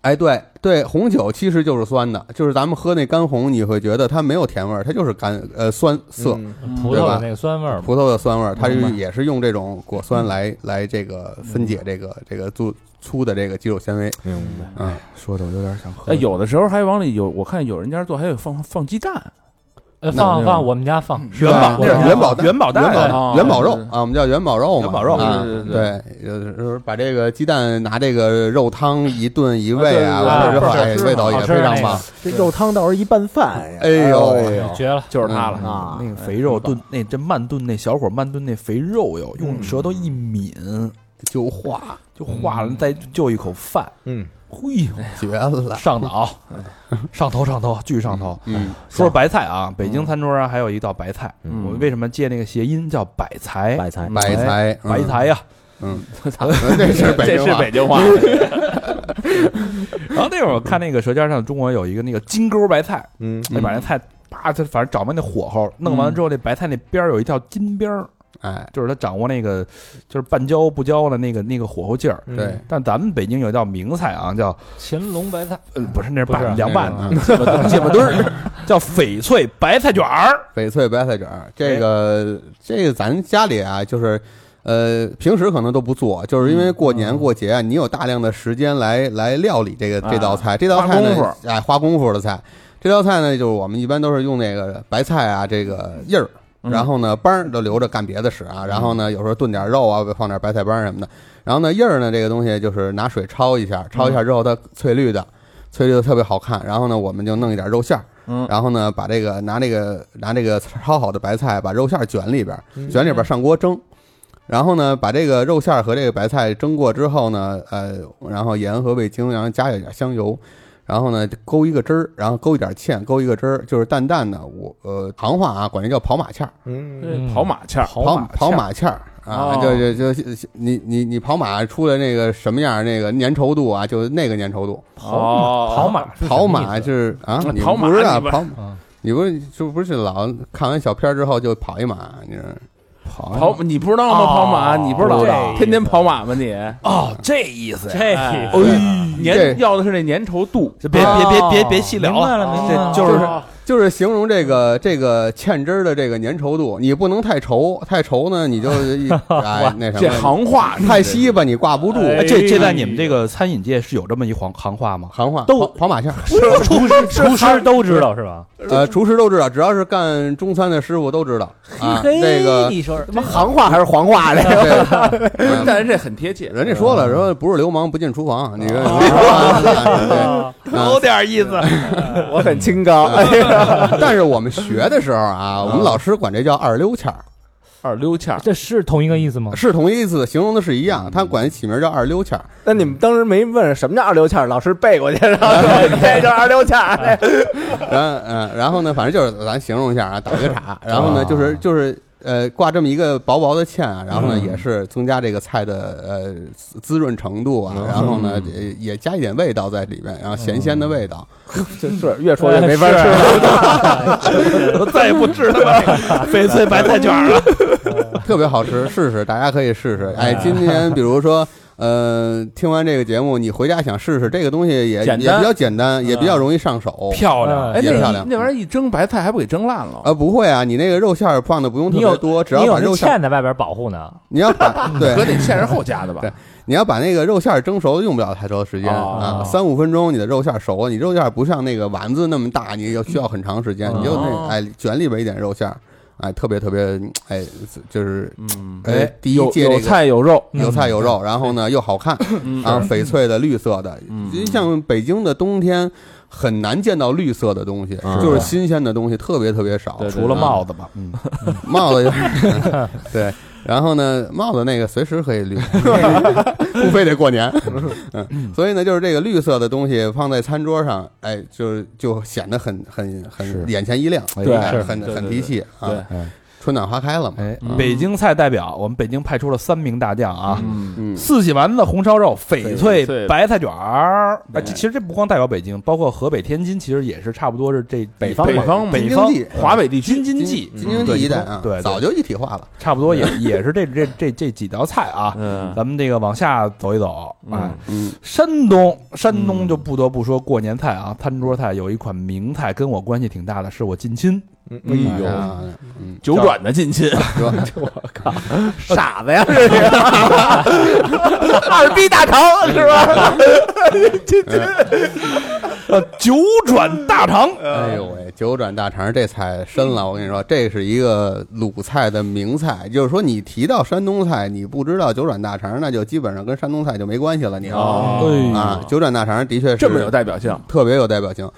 哎，对对，红酒其实就是酸的，就是咱们喝那干红，你会觉得它没有甜味儿，它就是干呃酸涩。嗯葡萄的那个酸味儿嘛，葡萄的酸味儿，它是也是用这种果酸来来这个分解这个这个粗粗的这个肌肉纤维。明白，嗯，说的我有点想喝哎，有的时候还往里有，我看有人家做还有放放鸡蛋，呃，那放那放我们家放元宝我那是们元宝蛋，元宝蛋元宝哦蛋元宝肉是啊，我们叫元宝肉嘛。元宝肉啊对对对，有的时候把这个鸡蛋拿这个肉汤一炖一煨啊，对对对完了之后好吃哎，好吃味道也好吃非常那个棒。这肉汤到时候一拌饭呀，哎呦绝了，就是它了。啊，那个肥肉炖那这慢炖那小火慢炖那肥肉哟，用舌头一抿就化就化了，再就一口饭，嗯，嘿呦，绝了。上脑，上头上头，巨上头。嗯，说说白菜啊，北京餐桌上还有一道白菜，嗯我为什么借那个谐音叫白菜？白菜白菜，嗯白，菜呀，嗯，这是北这京是话北京话，然后那会儿我看那个《舌尖上的中国》有一个那个金钩白菜，嗯那把那菜啪，它反正找嘛那火候，弄完了之后，那白菜那边儿有一条金边儿，哎，就是他掌握那个就是半焦不焦的那个那个火候劲儿。对，但咱们北京有一道名菜啊，叫乾隆白菜，呃不是那是不是拌凉拌那啊，芥末墩儿，叫翡翠白菜卷儿。翡翠白菜卷儿，这个这个咱家里啊，就是呃，平时可能都不做，就是因为过年过节啊，你有大量的时间来来料理这个啊这道菜，这道菜花功呢，哎，花功夫的菜。这道菜呢，就是我们一般都是用那个白菜啊，这个叶儿，然后呢，帮儿都留着干别的使啊。然后呢，有时候炖点肉啊，放点白菜帮儿什么的。然后呢，叶儿呢，这个东西就是拿水焯一下，焯一下之后它翠绿的，翠绿的特别好看。然后呢，我们就弄一点肉馅儿，嗯然后呢，把这个拿这个拿这个焯好的白菜，把肉馅儿卷里边儿，嗯嗯卷里边儿上锅蒸。然后呢，把这个肉馅儿和这个白菜蒸过之后呢，呃，然后盐和味精，然后加一点香油，然后呢勾一个汁儿，然后勾一点芡，勾一个汁儿，就是淡淡的，我呃行话啊，管这叫跑马芡儿，嗯，嗯跑马芡儿，跑跑马芡儿啊，哦就就就你你你跑马出来那个什么样儿，那个粘稠度啊，就那个粘稠度，哦，跑马是什么意思跑马就是啊，嗯你跑马不知道你不跑嗯，你不是就不是老看完小片儿之后就跑一马，你是跑一马跑，你不知道吗？哦跑马，你不知道不知道，天天跑马吗？你，哦，这意思这哎这粘要的是那粘稠度，这别别别别别细聊哦明白了，了，明白了，这就是就是形容这个这个芡汁儿的这个粘稠度，你不能太稠，太稠呢你就哎那什这么，行话太稀吧你挂不住。哎哎这这在你们这个餐饮界是有这么一行行话吗？行话都跑跑马线，厨师 厨师都知道是吧？呃，厨师都知道，只要是干中餐的师傅都知道啊。这个啊你说他妈行话还是黄话嘞？不 是对，但是这很贴切。人家说了，说不是流氓不进厨房，你这啊对啊有点 意思。我很清高，嗯 但是我们学的时候啊，我们老师管这叫二溜签儿，二溜欠儿，这是同一个意思吗？是同义词，形容的是一样，他管起名叫二溜签儿。那你们当时没问什么叫二流欠儿，老师背过去，然后说这叫二流欠儿。然后嗯，然后呢，反正就是咱形容一下啊，打个岔。然后呢，就是就是呃，挂这么一个薄薄的芡啊，然后呢，也是增加这个菜的呃滋滋润程度啊，然后呢也也加一点味道在里面，然后咸鲜的味道。就是越说越没法吃了。我再也不吃他妈 翡翠白菜卷了。特别好吃，试试，大家可以试试。哎，今天比如说，呃，听完这个节目，你回家想试试这个东西也，也简单比较简单，也比较容易上手。漂亮哎，也那漂一亮那玩意儿一蒸白菜还不给蒸烂了？啊，不会啊，你那个肉馅儿放的不用特你有别多，只你要有把那肉馅儿，芡在外边保护呢。你要把可对，得芡是后加的吧？对你要把那个肉馅儿蒸熟，用不了太长时间哦啊，三五分钟你的肉馅儿熟了。你肉馅儿不像那个丸子那么大，你要需要很长时间，你就那哦哎卷里边一点肉馅儿，哎，特别特别哎，就是嗯，哎第一有届这有个菜有 肉，有菜有肉，然后呢又好看，然后翡翠的、绿色的嗯，因为像北京的冬天很难见到绿色的东西，就是新鲜的东西特别特别少，对对除了对帽子吧，嗯，帽子有点儿对，然后呢，帽子那个随时可以绿， 不非得过年。嗯，所以呢，就是这个绿色的东西放在餐桌上，哎，就是就显得很很是很眼前一亮，对哎是很对对很对提气啊对，哎春暖花开了嘛。哎嗯，北京菜代表，我们北京派出了三名大将啊，嗯，嗯，四喜丸子、红烧肉、翡翡翠翠白菜卷儿。哎，对其实这不光代表北京，包括河北、天津，其实也是差不多是这北方北嘛方北京方地华北地区京津冀，京津嗯对冀一带啊，对对早就一体化了。差不多也也是这这这这几道菜啊。嗯咱们这个往下走一走啊，嗯，山东，山东就不得不说过年菜啊，餐桌菜有一款名菜跟我关系挺大的，是我近亲，呃嗯哎嗯呦啊，嗯，九转的近亲，说傻 子呀，这是二逼大肠是吧？呃，九转大肠，嗯哎呦喂，九转大肠这菜深了，我跟你说，这是一个鲁菜的名菜。就是说，你提到山东菜，你不知道九转大肠，那就基本上跟山东菜就没关系了。你哎啊，九转大肠的确是哦这么有代表性，特别有代表性。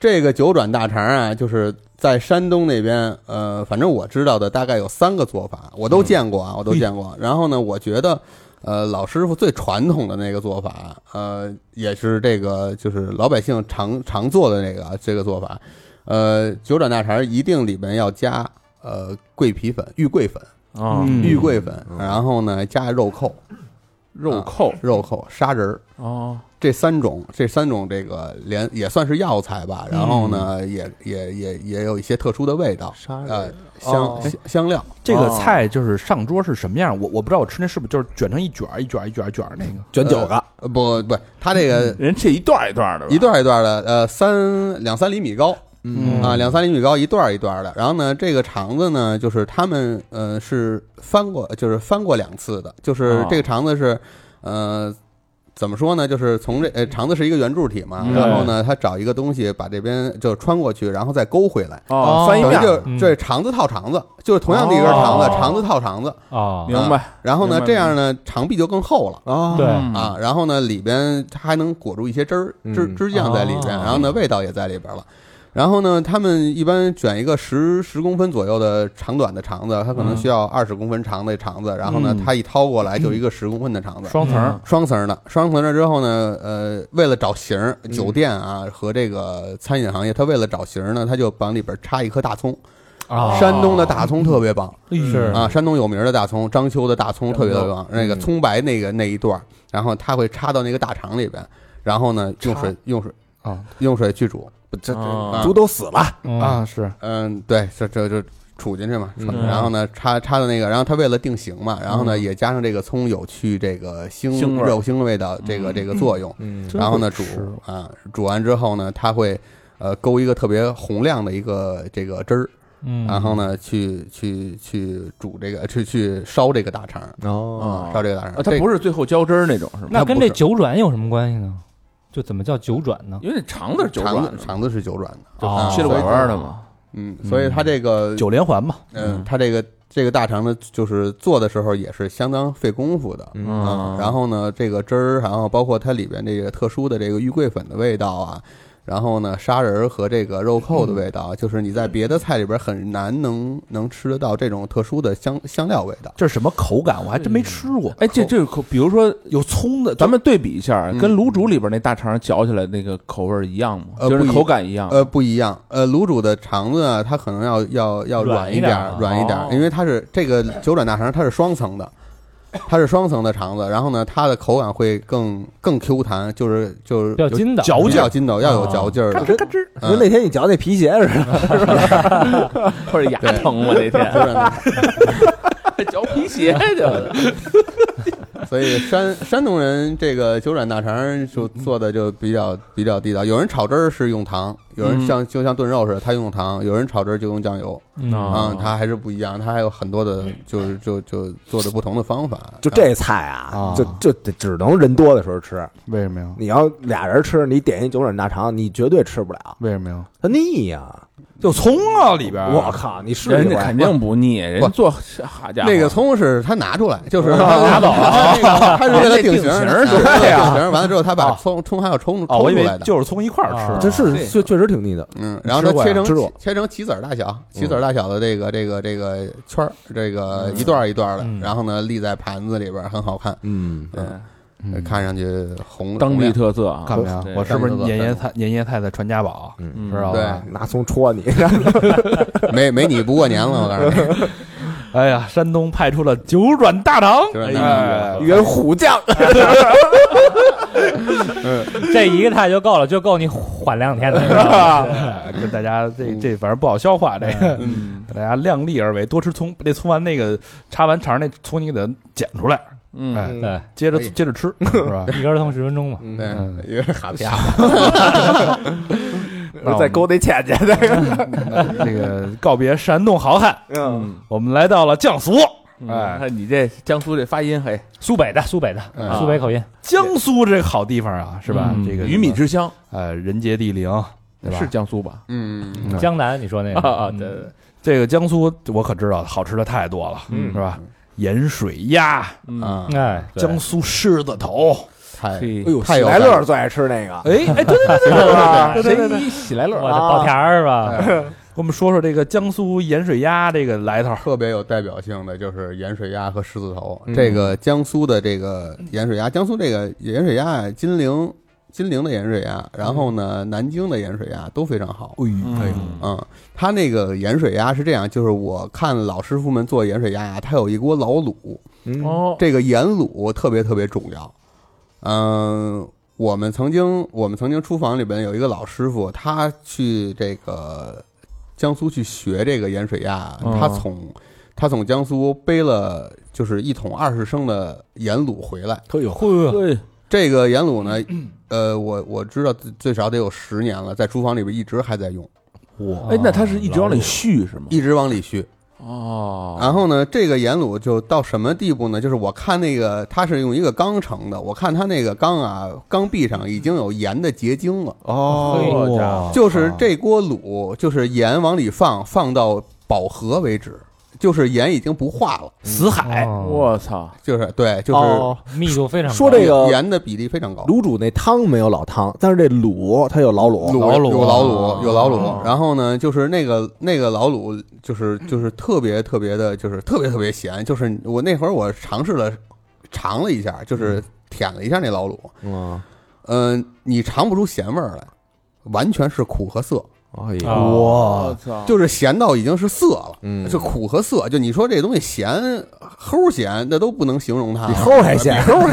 这个九转大肠啊，就是在山东那边，呃，反正我知道的大概有三个做法，我都见过嗯啊，我都 见过。然后呢，我觉得，呃，老师傅最传统的那个做法，呃，也是这个就是老百姓常常做的那个啊这个做法，呃，九转大肠一定里面要加呃桂皮粉、玉桂粉、啊嗯玉桂粉，然后呢加肉蔻、肉蔻肉蔻、砂仁儿。哦，这三种这三种这个连也算是药材吧，然后嗯呢，也也也也有一些特殊的味道，杀呃，哦香香香料，这个哦菜就是上桌是什么样，我我不知道我吃那是不是就是卷成一卷儿一卷儿一卷儿一卷儿那个。卷九个，嗯呃不不，它这个人这一段儿一段儿的吧，一段儿一段儿的，呃，三两三厘米高，嗯啊，两三厘米高，一段儿一段儿的。然后呢，这个肠子呢，就是他们呃是翻过，就是翻过两次的，就是哦这个肠子是呃怎么说呢？就是从这呃肠子是一个圆柱体嘛，嗯然后呢，他找一个东西把这边就穿过去，然后再勾回来。哦，翻一等于面儿，就这肠子套肠子，就是同样的一根哦肠子，肠子套肠子。啊，嗯明白？然后呢，明白这样呢，肠壁就更厚了。哦对嗯啊，，然后呢，里边它还能裹住一些汁儿、汁嗯汁酱在里边，哦然后呢，味道也在里边了。然后呢，他们一般卷一个十十公分左右的长短的肠子，它可能需要二十公分长的肠子，然后呢嗯，它一掏过来就一个十公分的肠子，双层儿，双层儿的，双层儿的之后呢，呃，为了找形儿，酒店啊和这个餐饮行业，它为了找形儿呢，它就往里边插一颗大葱，啊，山东的大葱特别棒，是啊，山东有名的大葱，章丘的大葱特别章丘的棒，那个嗯葱白那个那一段儿，然后它会插到那个大肠里边，然后呢用水用水啊用水去煮，啊不这嗯哦猪都死了，啊，啊，是嗯，对，这这就杵进去嘛，嗯然后呢插插到那个，然后它为了定型嘛，然后呢也加上这个葱有去这个腥腥味儿肉腥味道这个嗯这个作用，嗯然后呢煮真会吃啊煮完之后呢，它会呃勾一个特别洪亮的一个这个汁儿，嗯然后呢去去去煮这个去去烧这个大肠。哦啊，烧这个大肠，啊它这不是最后浇汁儿那种，是吗？那跟这它不是九转有什么关系呢？就怎么叫九转呢？因为这肠子是九转肠的子嘛，肠子是九转的，哦切了拐弯儿的嘛。嗯，所以它这个，九连环嘛，嗯，它这个这个大肠呢，就是做的时候也是相当费功夫的，嗯啊嗯，然后呢，这个汁儿，然后包括它里边这个特殊的这个玉桂粉的味道啊，然后呢，砂仁儿和这个肉蔻的味道，啊就是你在别的菜里边很难能能吃得到这种特殊的香香料味道。这是什么口感？我还真没吃过。哎，这这口，比如说有葱的，咱们对比一下，嗯跟卤煮里边那大肠嚼起来那个口味儿一样吗？呃就是不一口感啊一样。呃，不一样。呃，卤煮的肠子啊，它可能要要要软软一一点点儿啊儿，软一点儿哦，因为它是这个九转大肠，它是双层的，它是双层的肠子，然后呢，它的口感会更更 Q 弹，就是就是比较筋道，嚼比劲较儿啊筋道，要有嚼劲儿的。嘎吱，跟那天你嚼那皮鞋似的，或 者牙对疼吗？那九天转大肠 嚼皮鞋去了。所以山山东人这个九转大肠就做的就比较比较地道。有人炒汁儿是用糖，有人嗯像就像炖肉似的，他用糖；有人炒汁儿就用酱油。嗯啊哦，它还是不一样，它还有很多的，就是就就做的不同的方法。就这菜啊啊，就就得只能人多的时候吃。为什么呀？你要俩人吃，你点一九转大肠，你绝对吃不了，为什么呀？它腻呀！有葱啊里边儿，我靠，你试人一家回肯定不腻，人家不做好家伙，那个葱是他拿出来，就是拿走 了，他是为了定定型型儿，儿是对定呀型儿。完了之后，他把葱葱还要抽抽哦，我以出为来的，就是葱一块儿啊吃这呢。是确确实挺腻的。嗯，然后吃过它呀切成吃过切成棋子儿大小，棋子儿大小的这个这个这个圈儿，这个一段儿一段儿的嗯，然后呢立在盘子里边儿，很好看，嗯，对看上去红当地地特色啊，干嘛呀对？我是不是干嘛年夜菜年夜菜的传家宝？嗯知道吧？拿葱戳你，啊 没没你不过年了，我告诉你，哎呀，山东派出了九转大肠，就是哎那呀原虎将。 这一个菜就够了，就够你缓两天的是哎 吧。 跟大家这这反正不好消化，这个嗯大家量力而为，多吃葱。那葱完那个插完肠那葱你给它剪出来，嗯，哎，对，接着可以接着吃，是吧？一根儿痛十分钟嘛。嗯对，因为哈皮那我再们勾那倩倩那个，这个告别山东好汉，嗯，我们来到了江苏。哎，看你这江苏这发音嘿，啊苏北的，苏北的，嗯哎苏北口音，江苏这个好地方啊，是吧？嗯这个鱼米之乡呃人杰地灵，对吧？是江苏吧？嗯，嗯江南，你说那个啊啊，嗯对对对，这个江苏我可知道，好吃的太多了，嗯是吧？盐水鸭、嗯，啊，哎，对江苏狮子头，太嘿哎呦，太有喜来感乐了最爱吃那个，哎哎， 对对对对对对对对对对谁喜来乐我的啊啊爆田儿是哎吧？我们说说这个江苏盐水鸭这个来头，特别有代表性的就是盐水鸭和狮子头。嗯这个江苏的这个盐水鸭，江苏这个盐水鸭啊，金陵金陵的盐水鸭，然后呢，南京的盐水鸭都非常好。哎呦，嗯嗯，它那个盐水鸭是这样，就是我看老师傅们做盐水鸭呀，它有一锅老卤，嗯哦，这个盐卤特别特别重要。嗯、我们曾经我们曾经厨房里边有一个老师傅，他去这个江苏去学这个盐水鸭，嗯他从他从江苏背了就是一桶二十升的盐卤回来。都有嗯对，这个盐卤呢，呃，我我知道最最少得有十年了，在厨房里边一直还在用，哇，哎，那他是一直往里续是吗？一直往里续。哦，然后呢，这个盐卤就到什么地步呢？就是我看那个，它是用一个缸盛的，我看它那个缸啊，缸壁上已经有盐的结晶了，哎哦家伙哇就是这锅卤，就是盐往里放，放到饱和为止，就是盐已经不化了，死哦 海，嗯哇，我操，就是对，就是、哦，密度非常高说这个盐的比例非常高。卤煮那汤没有老汤，但是这卤它有老啊卤，卤老卤啊有老哦卤有老哦卤，然后呢，就是那个那个老卤，就是就是特别特别的，就是特别特别咸。就是我那会儿我尝试了，尝了一下，就是舔了一下那老卤，嗯，嗯、你尝不出咸味儿来，完全是苦和涩，哎啊呀，哇，操，就是咸到已经是涩了，嗯就苦和涩。就你说这东西咸，齁咸，那都不能形容它，啊比齁还咸啊比齁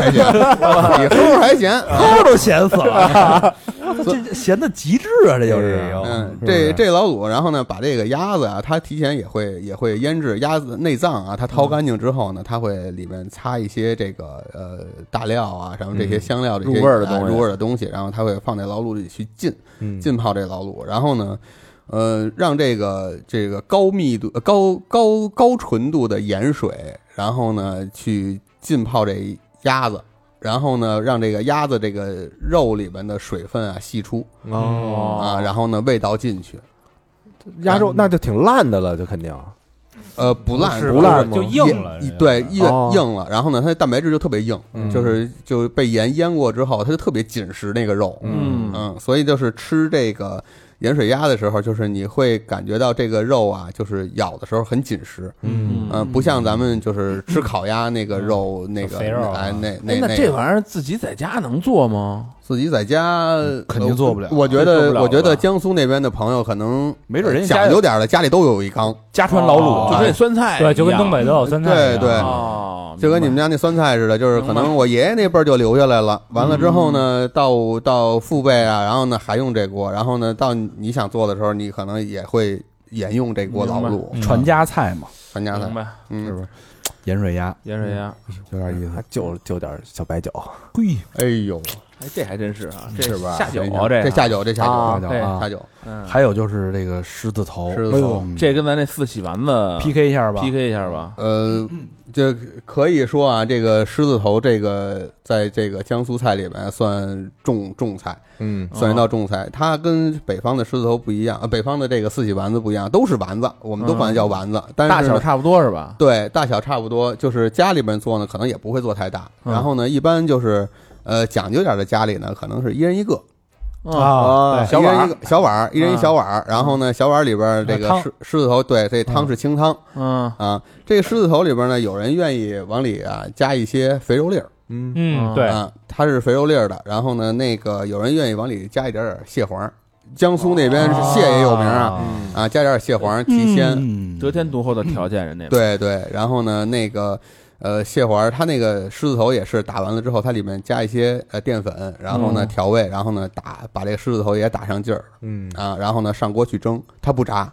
还 咸，比齁还咸。齁都咸死 了，我操这咸的极致啊，这就是哎呦嗯，是不是这这老卤，然后呢，把这个鸭子啊，它提前也会也会腌制鸭子内脏啊，它掏干净之后呢，它会里面擦一些这个呃大料啊，什么这些香料这些入味儿的啊东西入味儿的东西，然后它会放在老卤里去浸嗯浸泡这老卤，然后呢，呃，让这个这个高密度、呃高高高纯度的盐水，然后呢去浸泡这鸭子。然后呢，让这个鸭子这个肉里边的水分啊析出哦，啊，然后呢味道进去，鸭肉那就挺烂的了，就肯定呃，不烂是不吧烂吗就硬了也，对，硬哦硬了。然后呢，它的蛋白质就特别硬，嗯就是就被盐腌过之后，它就特别紧实那个肉。嗯嗯，所以就是吃这个盐水鸭的时候，就是你会感觉到这个肉啊，就是咬的时候很紧实。嗯嗯，不像咱们就是吃烤鸭那个肉，那个肥肉啊哎，那哎那那这玩意意儿自己在家能做吗？自己在家嗯肯定做不了我我觉做不得，了我觉吧得江苏那边的朋友可能没准人家家讲究点儿的，家里都有一缸，家传老哦卤就啊跟那酸菜一对，样，就跟东北都有酸菜一样，哎对对哦，就跟你们家那酸菜似的，就是可能我爷爷那辈儿就留下来了。完了之后嗯呢，到到父辈啊，然后呢还用这锅，然后呢到你想做的时候，你可能也会沿用这锅老卤嗯传家菜嘛，传家明菜，白，嗯嗯，是？盐水鸭，盐水鸭，有点意思。啊就就点小白酒嘿，哎呦，哎，这还真是啊，这嗯是吧？下酒啊，这个下酒，这下啊酒，大对家啊下酒，嗯还有就是这个狮子头，狮子头嗯这跟咱那四喜丸子 PK 一下吧 PK 一下吧，呃，这可以说啊，这个狮子头这个在这个江苏菜里面算重重菜，嗯啊算一道重菜。它跟北方的狮子头不一样，呃，北方的这个四喜丸子不一样，都是丸子，我们都管它叫丸子，但嗯是大呢小差不多是吧？对，大小差不多，就是家里边做呢，可能也不会做太大。嗯然后呢，一般就是呃讲究点的家里呢，可能是一人一个嗯啊，小小碗儿碗一个小碗儿，一人一小碗儿。然后呢，小碗儿里边儿这汤个狮狮子头，对，这汤是清汤嗯啊。这个狮子头里边呢，有人愿意往里啊加一些肥肉粒儿嗯嗯，对，啊，它是肥肉粒儿的。然后呢，那个有人愿意往里加一点点蟹黄儿，江苏那边哦是蟹也有名啊啊，加点点蟹黄儿提鲜。嗯得天独厚的条件，人家对对，然后呢，那个呃蟹黄儿，它那个狮子头也是打完了之后，它里面加一些呃淀粉，然后呢嗯调味，然后呢打把这个狮子头也打上劲儿嗯啊，然后呢上锅去蒸，它不炸，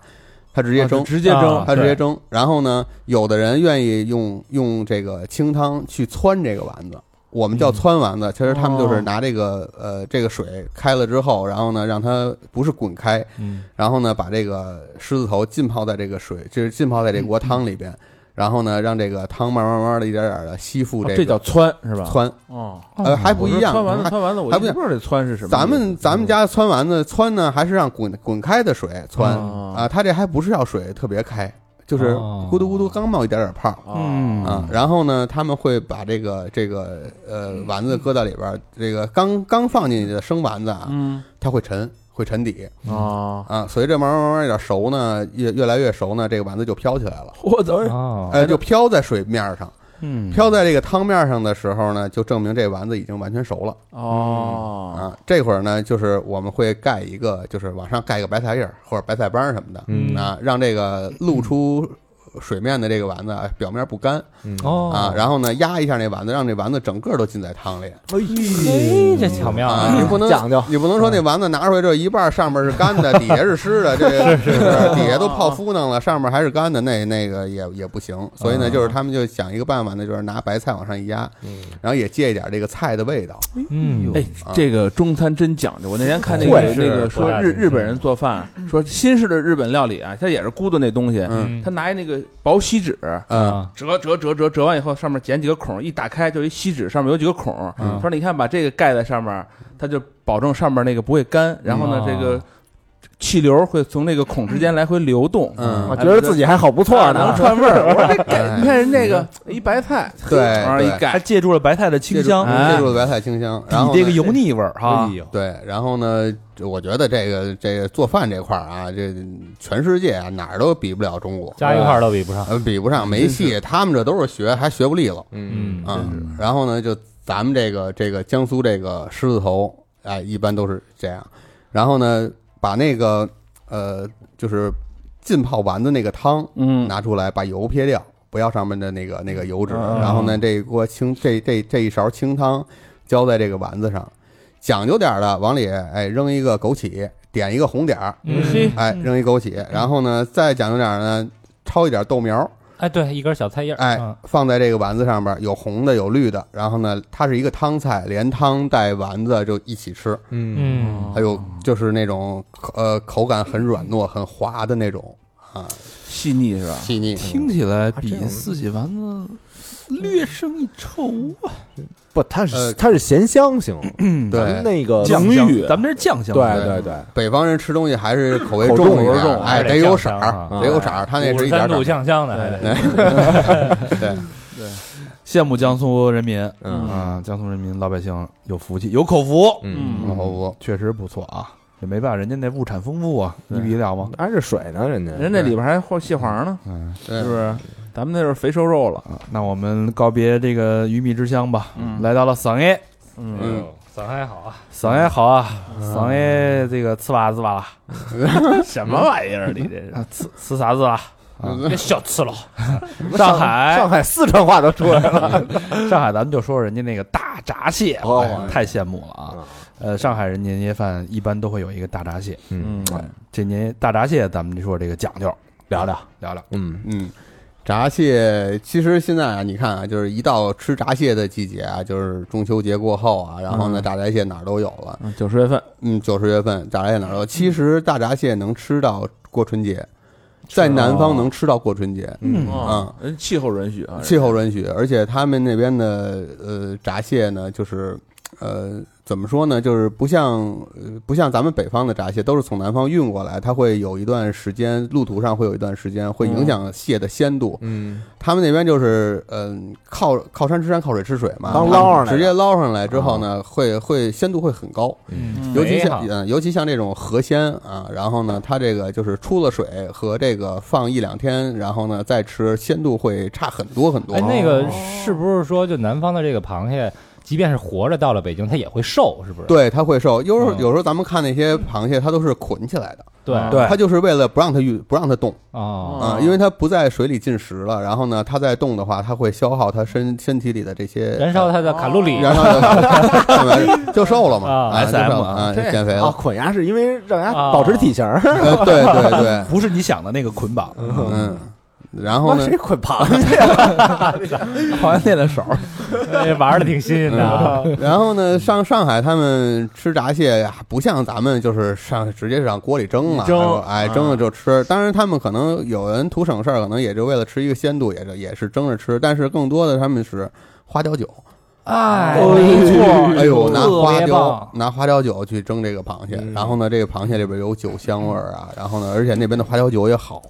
它直接啊就蒸。直接蒸啊它直接对蒸，然后呢，有的人愿意用用这个清汤去汆这个丸子，我们叫汆丸子。其实他们就是嗯哦拿这个呃这个水开了之后，然后呢让它不是滚开，嗯然后呢，把这个狮子头浸泡在这个水，就是浸泡在这锅汤里边，嗯然后呢，让这个汤慢慢慢慢的一点点的吸附哦这这个叫汆是吧？汆，哦，嗯呃，还不一样，汆丸子，还汆丸子，我还就不一样不知道这汆是什么意思。嗯咱们咱们家汆丸子汆呢，还是让滚滚开的水汆哦啊，它这还不是要水特别开，就是哦咕嘟咕嘟刚冒一点点泡哦嗯啊，然后呢，他们会把这个这个呃丸子搁到里边儿，这个刚刚放进去的生丸子啊，嗯它会沉，会沉底，哦，啊，随着慢慢慢慢有点熟呢，越越来越熟呢，这个丸子就飘起来了，我操！哦，呃，就飘在水面上，嗯飘在这个汤面上的时候呢，就证明这丸子已经完全熟了哦，啊。这会儿呢，就是我们会盖一个，就是往上盖一个白菜叶儿或者白菜帮儿什么的，嗯啊，让这个露出水面的这个丸子啊表面不干哦啊，然后呢压一下那丸子，让这丸子整个都浸在汤里嘿，哎这巧妙啊，啊你！不能讲究你不能说那丸子拿回来之后一半上面是干的，底下是湿的，这个是底下都泡敷弄了，上面还是干的，那那个也也不行。所以呢，就是他们就想一个办法呢，就是拿白菜往上一压，然后也借一点这个菜的味道。嗯，哎，这个中餐真讲究。我那天看那对个是那个不说太日嗯日本人做饭，说新式的日本料理啊，他也是咕嘟那东西，嗯他拿一那个薄锡纸嗯啊，折折折折折完以后，上面剪几个孔，一打开就一锡纸，上面有几个孔。他说：“你看，把这个盖在上面，他就保证上面那个不会干，然后呢嗯，这个气流会从那个孔之间来回流动。”嗯我觉得自己还好不错能呢。串味儿， 我说这盖，哎你看人这个一白菜，对往上一对还盖，借助了白菜的清香，哎借助了白菜清香，然后你这呢个油腻味儿哈哎，呦，对，然后呢，这我觉得这个这个做饭这块儿啊，这全世界啊哪儿都比不了中国，加一块儿都比不上。呃比不上，没戏。他们这都是学，还学不利落嗯啊。然后呢，就咱们这个这个江苏这个狮子头，哎，一般都是这样。然后呢，把那个呃，就是浸泡丸子那个汤嗯，拿出来，把油撇掉，不要上面的那个那个油脂。嗯然后呢，这一锅清这这这一勺清汤浇在这个丸子上，讲究点儿的往里哎扔一个枸杞，点一个红点儿，嗯嘿哎扔一枸杞，然后呢再讲究点儿呢，焯一点豆苗，哎，对，一根小菜叶儿，哎嗯放在这个丸子上边，有红的有绿的，然后呢它是一个汤菜，连汤带丸子就一起吃，嗯，嗯，还有就是那种呃口感很软糯很滑的那种啊细腻是吧？细腻，听起来比这样四喜丸子略胜一筹啊。不，它是呃它是咸香型，咱对们。那个酱啊浓香郁，咱们这是酱香，对对对，北方人吃东西还是口味口重重一口点，重哎，还得得有色酱香儿，啊得有色儿，他那五是十一三点儿度点酱香的，还得儿，对，羡慕江苏人民，嗯啊，江苏人民老百姓有福气，有口福，嗯，然后确实不错啊。也没办法，人家那物产丰富啊，对你比得了吗？挨着水呢，人家人那里边还和蟹黄呢，对是不是？咱们那是肥瘦肉了，啊，那我们告别这个鱼米之乡吧，嗯来到了上海，哎嗯，嗯，咱还好啊，上海好啊，上海这个吃娃子吧啦，什么玩意儿？你这是啊，吃吃啥子啦？别嗯小吃了，上海上海四川话都出来了，上海，咱们就说人家那个大闸蟹，哦哎太羡慕了啊！呃，上海人年夜饭一般都会有一个大闸蟹，哎嗯，这年大闸蟹咱们就说这个讲究，聊聊，聊聊。嗯，嗯，炸蟹其实现在啊，你看啊，就是一到吃炸蟹的季节啊，就是中秋节过后啊，然后呢，嗯大闸蟹哪儿都有了，嗯九十月份嗯，九十月份炸闸蟹哪儿都有。嗯其实大闸蟹能吃到过春节，啊在南方能吃到过春节，嗯啊，人气候允许啊，气候允许，而且他们那边的呃闸蟹呢，就是呃怎么说呢，就是不像呃不像咱们北方的闸蟹都是从南方运过来，它会有一段时间路途上会有一段时间会影响蟹的鲜度。嗯，他们那边就是嗯、靠靠山吃山靠水吃水嘛，刚捞上来的啊直接捞上来之后呢，会会鲜度会很高。嗯尤其肥像哈嗯，尤其像这种河鲜啊，然后呢，它这个就是出了水和这个放一两天，然后呢再吃，鲜度会差很多很多。哎，那个是不是说就南方的这个螃蟹，即便是活着到了北京，它也会瘦，是不是？对，它会瘦。有时候嗯有时候咱们看那些螃蟹，它都是捆起来的，对对它就是为了不让它运，不让它动哦，啊，因为它不在水里进食了。然后呢，它再动的话，它会消耗它身身体里的这些燃烧它的卡路里，燃烧 的，就瘦了嘛啊啊就 SM 瘦了啊啊，减肥啊，了。捆牙是因为让牙啊保持体型儿，呃 对对对，不是你想的那个捆绑，嗯，然后妈呢？ 谁捆螃蟹呀？好像练了手。哎 玩的挺新鲜的啊，然后呢，上上海他们吃闸蟹呀，不像咱们就是上直接上锅里蒸了，蒸哎，蒸了就吃。当然，他们可能有人图省事儿，可能也就为了吃一个鲜度，也就也是蒸着吃。但是更多的他们是花雕酒，哎，没错哎呦，拿花特别雕棒拿花雕酒去蒸这个螃蟹，嗯然后呢，这个螃蟹里边有酒香味儿啊，然后呢，而且那边的花雕酒也好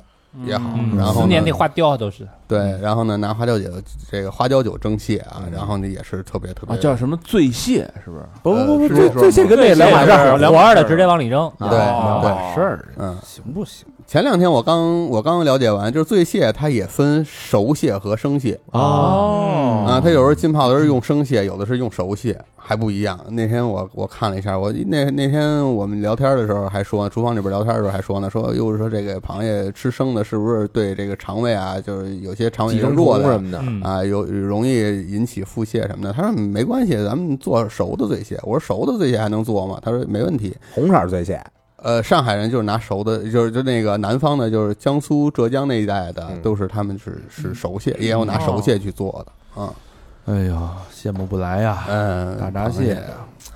也好，嗯然后思呢念那花雕都是，对，然后呢，拿花椒酒这个花椒酒蒸蟹啊，然后呢也是特别特别啊，叫什么醉蟹是不是？不呃不不不，是这这说这些吗跟那两码事儿，活二的直接往里扔，对哦对事儿，嗯，行不行？前两天我刚我刚了解完，就是醉蟹它也分熟蟹和生蟹啊，哦啊，它有时候浸泡的是用生蟹，有的是用熟蟹，还不一样。那天我我看了一下，我那那天我们聊天的时候还说，厨房里边聊天的时候还说呢，说又是说这个螃蟹吃生的，是不是对这个肠胃啊，就是有些肠胃几是种弱虫什的么的，嗯啊，有容易引起腹泻什么的。他说没关系，咱们做熟的醉蟹。我说熟的醉蟹还能做吗？他说没问题。红色儿醉蟹，呃，上海人就是拿熟的，就是就那个南方的，就是江苏、浙江那一带的，嗯都是他们是是熟蟹，也有拿熟蟹去做的啊。哎呀，羡慕不来呀！嗯，哦打闸蟹，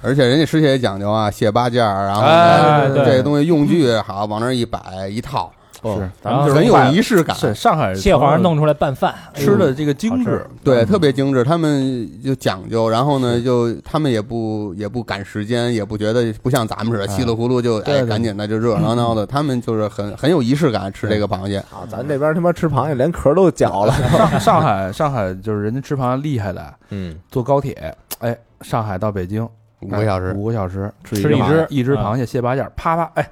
而且人家吃蟹也讲究啊，蟹八件儿，然后哎呢对这个东西用具好往那儿一摆一套，是然后就是很有仪式感，啊是上海蟹黄弄出来拌饭，哎哎吃嗯的这个精好致吃，对，特别精致。他们就讲究，然后呢，就他们也不也不赶时间，也不觉得不像咱们似的稀里糊涂就对哎对赶紧的就热热闹闹的，他们就是很很有仪式感吃这个螃蟹。啊，咱这边他妈吃螃蟹连壳都嚼了，上上海上海就是人家吃螃蟹厉害的，嗯，坐高铁，哎，上海到北京哎五个小时，五个小时吃吃一螃只一只螃蟹蟹八件，啪啪，哎，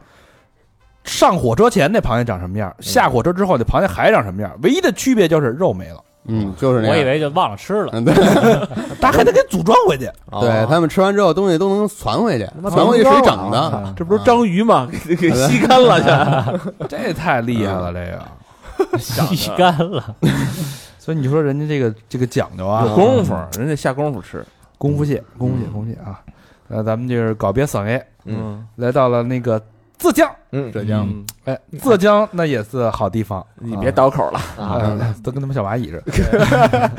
上火车前那螃蟹长什么样，下火车之后那螃蟹还长什么样，唯一的区别就是肉没了，嗯，就是那样。我以为就忘了吃了，哦嗯，对，它还得给组装回去，哦对他们吃完之后东西都能传回去，妈传回去藏水不整着啊的。这不是章鱼吗？给给吸干了去。 这太厉害了，这个。 吸干了。所以你说人家这个这个讲究啊，有功夫，人家下功夫吃。功夫蟹，功夫蟹，功夫蟹啊！那咱们就是告别省 A，嗯，来到了那个浙江，嗯，浙江，嗯哎，浙江那也是好地方，你别倒口了，啊，哎都跟他们小蚂蚁似的。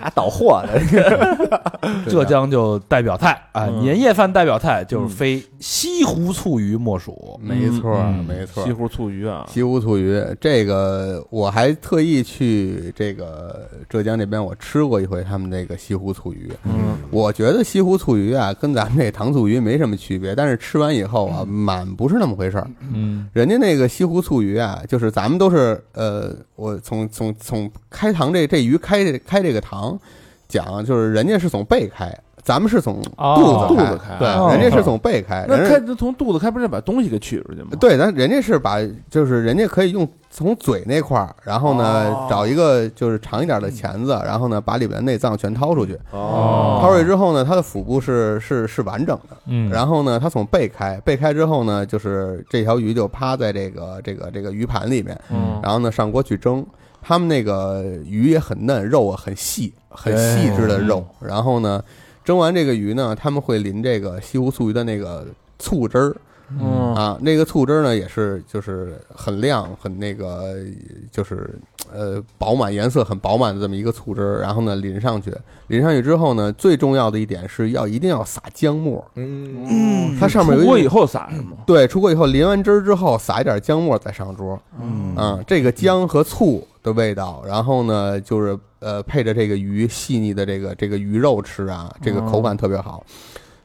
俩倒货的，浙江就代表菜啊，嗯年夜饭代表菜就是非西湖醋鱼莫属。没错儿，嗯没错儿西。湖醋鱼啊，西湖醋鱼，这个我还特意去这个浙江那边，我吃过一回他们那个西湖醋鱼。嗯，我觉得西湖醋鱼啊，跟咱们这糖醋鱼没什么区别，但是吃完以后嗯啊，满不是那么回事儿。嗯，人家那个西湖醋鱼啊，就是咱们都是呃，我从从从开膛这这鱼开这开这个膛讲，就是人家是从背开，咱们是从哦肚子肚开，子开对，哦人家是从背开，那哎人家开从肚子开，不是得把东西给取出去吗？对，但人家是把，就是人家可以用从嘴那块儿，然后呢、哦找一个就是长一点的钳子，然后呢把里边的内脏全掏出去。哦掏出去之后呢，它的腹部是是是完整的。嗯，然后呢，它从背开，背开之后呢，就是这条鱼就趴在这个这个这个鱼盘里面，哦嗯然后呢上锅去蒸。他们那个鱼也很嫩，肉啊很细，很细致的肉。哎然后呢，蒸完这个鱼呢，他们会淋这个西湖醋鱼的那个醋汁儿。嗯啊，那个醋汁儿呢也是就是很亮，很那个就是呃饱满，颜色很饱满的这么一个醋汁儿，然后呢淋上去，淋上去之后呢，最重要的一点是要一定要撒姜末， 嗯，嗯它上面有一出锅以后撒什么？对，出锅以后淋完汁儿之后撒一点姜末再上桌，嗯啊，这个姜和醋的味道，然后呢就是呃配着这个鱼细腻的这个这个鱼肉吃啊，这个口感特别好。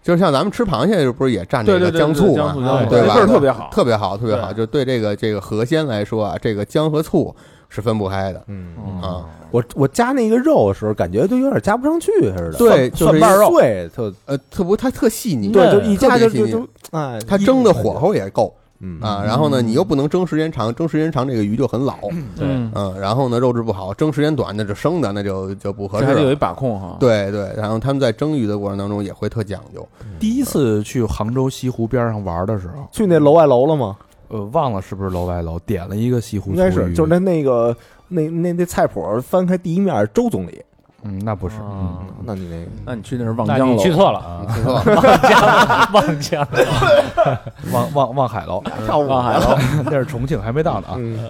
就像咱们吃螃蟹，不是也蘸对这个对对，姜醋醋嘛？姜姜醋对这吧？味儿特别好。特别好，特别好。对就对这个这个河鲜来说啊，这个姜和醋是分不开的嗯，嗯啊。我我加那个肉的时候，感觉都有点加不上去似的，对蒜就是蒜一瓣肉碎，特呃，特不它特细腻，对，就一特加别就细就腻就。哎，它蒸的火候也够嗯啊，然后呢，你又不能蒸时间长，蒸时间长这个鱼就很老，对，嗯，然后呢肉质不好，蒸时间短那就生的那就就不合这适还得有了。一把控啊哈。，对对，然后他们在蒸鱼的过程当中也会特讲究，第一次去杭州西湖边上玩的时候，去那楼外楼了吗？呃，忘了是不是楼外楼，点了一个西湖醋应鱼，该是，就是那那个那那那菜谱翻开第一面，周总理，嗯，那不是，啊嗯那你那个那你去那是望那江你楼去错了 啊，没错，望江，望江，望望望海楼，跳舞望海来楼了，那是重庆，还没到呢啊。嗯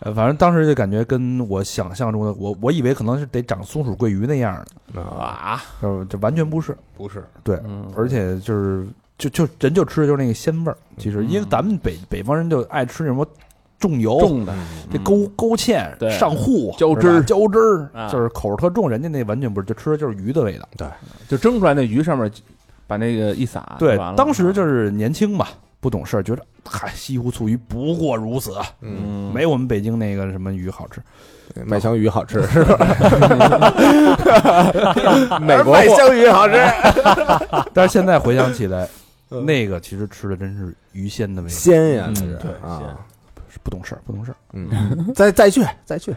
呃，反正当时就感觉跟我想象中的，我我以为可能是得长松鼠桂鱼那样的，啊！就是这完全不是。不是，对，嗯而且就是就就人就吃的就是那个鲜味儿。其实因为咱们北北方人就爱吃那什么重油、重的嗯这勾勾芡、嗯对上糊、浇是吧汁儿浇汁儿，啊就是口味特重。人家那完全不是，就吃的就是鱼的味道。就蒸出来那鱼上面，把那个一撒，对啊就完，了当时就是年轻嘛，不懂事儿，觉得嗨，西湖醋鱼不过如此，啊嗯，没我们北京那个什么鱼好吃。麦香鱼好吃是 吧？美国卖货香鱼好吃，但是现在回想起 来，嗯那个其实吃的真是鱼鲜的味道，鲜呀，那嗯是对啊，不懂事儿，不懂事儿，嗯，再再去再去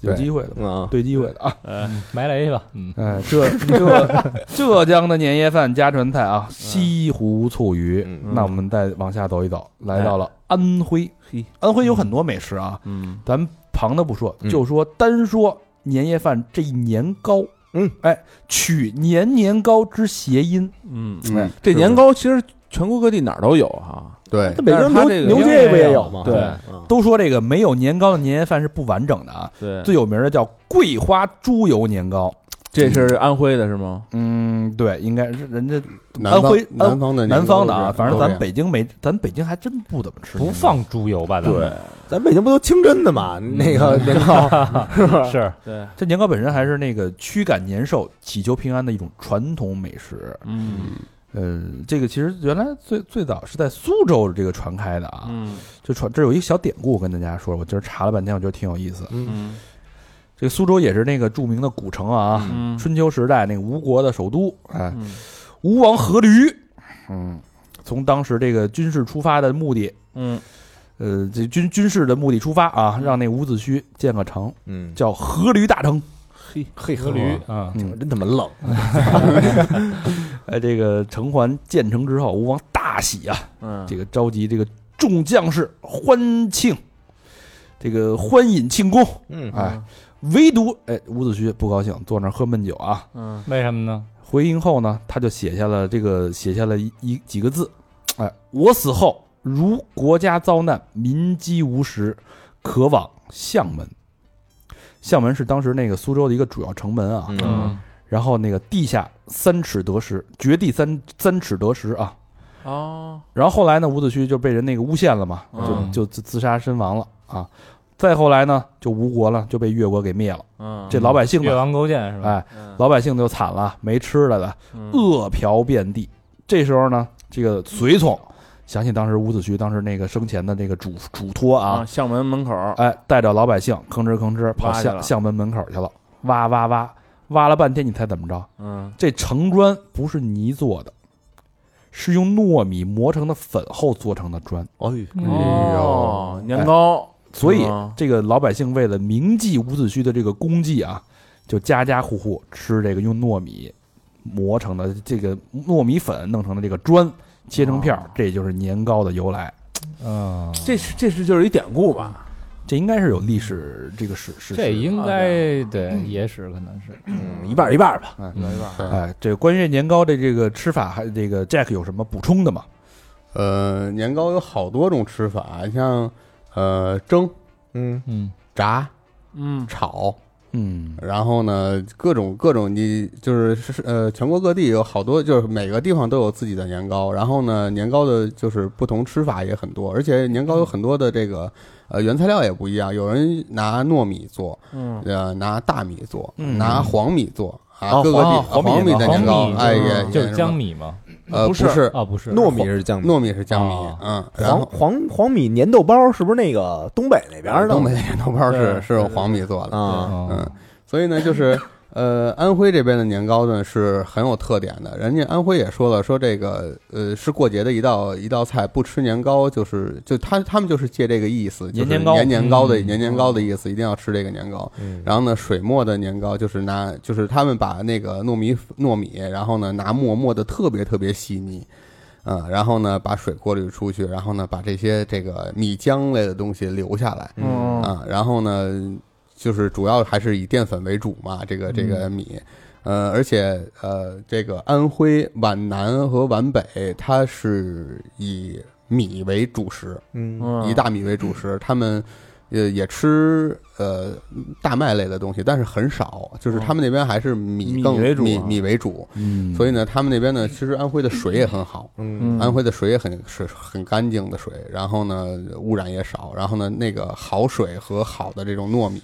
有对机会的，嗯啊，对机会的啊。呃，埋雷去吧，嗯，哎，浙浙浙江的年夜饭家传菜啊，西湖醋鱼。嗯那我们再往下走一走，来到了安徽。嘿安徽有很多美食啊，嗯，咱旁的不说，嗯就说单说年夜饭这一年糕。嗯，哎，取年年糕之谐音，嗯嗯，这年糕其实全国各地哪儿都有哈。对那，北但京是它牛这个牛因街为不也有有吗？对嗯都说这个没有年糕的年夜饭是不完整的啊。对，最有名的叫桂花猪油年糕。这是安徽的是吗？嗯，对，应该是人家南安方徽南方的南年糕方的啊，是反正咱都北京没，咱北京还真不怎么吃年不糕。放猪油吧，咱们咱北京不都清真的嘛？那个年糕是对，这年糕本身还是那个驱赶年兽、祈求平安的一种传统美食。嗯呃，这个其实原来最最早是在苏州这个传开的啊，嗯就传这有一个小典故，我跟大家说，我今儿查了半天，我觉得挺有意思。嗯这个苏州也是那个著名的古城啊，嗯春秋时代那个吴国的首都，哎，嗯吴王阖闾，嗯，从当时这个军事出发的目的，嗯呃，这军军事的目的出发啊，让那伍子胥建个城，嗯，叫阖闾大城。嘿河驴，嗯，嗯，真他妈冷， 哎，这个城环建成之后，吴王大喜啊，嗯，这个召集这个众将士欢庆，这个欢饮庆功。嗯哎，唯独哎伍子胥不高兴，坐那儿喝闷酒啊。嗯为什么呢？回营后呢，他就写下了这个写下了一一几个字，哎，我死后如国家遭难，民饥无食，可往相门。相门是当时那个苏州的一个主要城门啊。嗯然后那个地下三尺得石，掘地三三尺得石啊。哦然后后来呢，伍子胥就被人那个诬陷了嘛，嗯就就自自杀身亡了啊。再后来呢，就吴国了，就被越国给灭了。嗯这老百姓越呢，王勾践是吧？哎，老百姓就惨了，没吃的了，嗯饿殍遍地。这时候呢，这个随从想起当时伍子胥当时那个生前的那个嘱嘱托啊，啊，巷门门口儿哎，带着老百姓吭哧吭哧跑挖去巷了巷门门口去了，挖挖挖，挖了半天，你猜怎么着？嗯这城砖不是泥做的，是用糯米磨成的粉后做成的砖。哎嗯哦，年糕，哎嗯所以是吗这个老百姓为了铭记伍子胥的这个功绩啊，就家家户户吃这个用糯米磨成的这个糯米粉弄成的这个砖，切成片儿哦，这就是年糕的由来。嗯，这是这是就是一典故吧？这这应该是有历史这个史史这实。应该对野史可能是嗯，一半儿一半儿吧，嗯哎，这关于这年糕的这个吃法，还这个 Jack 有什么补充的吗？呃，年糕有好多种吃法，你像呃蒸、嗯嗯炸、嗯炒，嗯然后呢，各种各种，你就是是呃，全国各地有好多，就是每个地方都有自己的年糕。然后呢，年糕的就是不同吃法也很多，而且年糕有很多的这个呃原材料也不一样，有人拿糯米做，嗯呃，拿大米做，嗯拿黄米做啊，哦各个地黄啊黄米米的黄年糕米，哎就也就也是什江么米吗？呃不不是是啊，不是糯米是酱米，糯米是江米哦，嗯，然黄后黄黄米粘豆包是不是那个东北那边儿的？东北那边豆包对是是用黄米做啊，的哦嗯，所以呢，就是呃，安徽这边的年糕呢是很有特点的。人家安徽也说了，说这个呃是过节的一道一道菜，不吃年糕就是就他他们就是借这个意思，就是年年糕年年糕的、嗯年年糕的意思，一定要吃这个年糕。嗯然后呢，水磨的年糕就是拿就是他们把那个糯米糯米，然后呢拿磨磨的特别特别细腻。嗯，然后呢，把水过滤出去，然后呢，把这些这个米浆类的东西留下来，嗯啊，然后呢，就是主要还是以淀粉为主嘛，这个这个米，呃，而且呃，这个安徽皖南和皖北，它是以米为主食，嗯嗯，以大米为主食，他们。呃，也吃呃大麦类的东西，但是很少，就是他们那边还是米哦米更为主米啊米为主，嗯所以呢，他们那边呢，其实安徽的水也很好，嗯嗯安徽的水也很是很干净的水，然后呢污染也少，然后呢那个好水和好的这种糯米，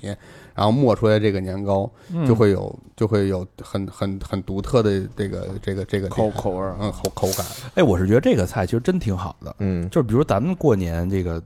然后磨出来这个年糕，嗯嗯就会有就会有很很很独特的这个这个这个口点口味儿。嗯口口感，哎，我是觉得这个菜其实真挺好的，嗯就是比如咱们过年这个，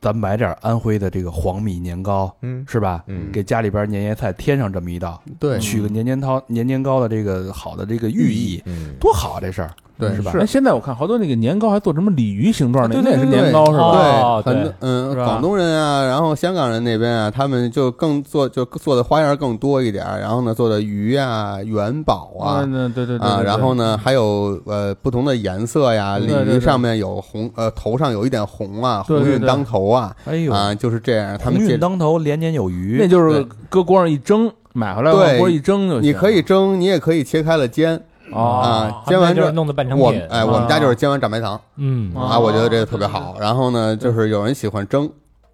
咱买点安徽的这个黄米年糕，嗯是吧？嗯给家里边年夜菜添上这么一道，对取个年年糕年年糕的这个好的这个寓意，嗯，多好啊！这事儿对是吧？哎，现在我看好多那个年糕还做什么鲤鱼形状的，对那对也是对对年糕是吧？哦对，很对多嗯，是吧广东人啊，然后香港人那边啊，他们就更做就做的花样更多一点儿，然后呢，做的鱼啊、元宝啊。嗯，对对对对啊，对然后呢，还有呃不同的颜色呀，对鲤对对鱼上面有红，呃头上有一点红啊，对鸿对运对当头啊，哎呦，啊就是这样。他鸿们运介当头，连年有余，那就是对搁锅上一蒸，买回来往对锅一蒸就行。你可以蒸，你也可以切开了煎。哦啊煎完他们之就后是弄的半成我品。啊哎，我啊们家就是煎完蘸白糖嗯哦啊，我觉得这个特别好。然后呢，就是有人喜欢蒸。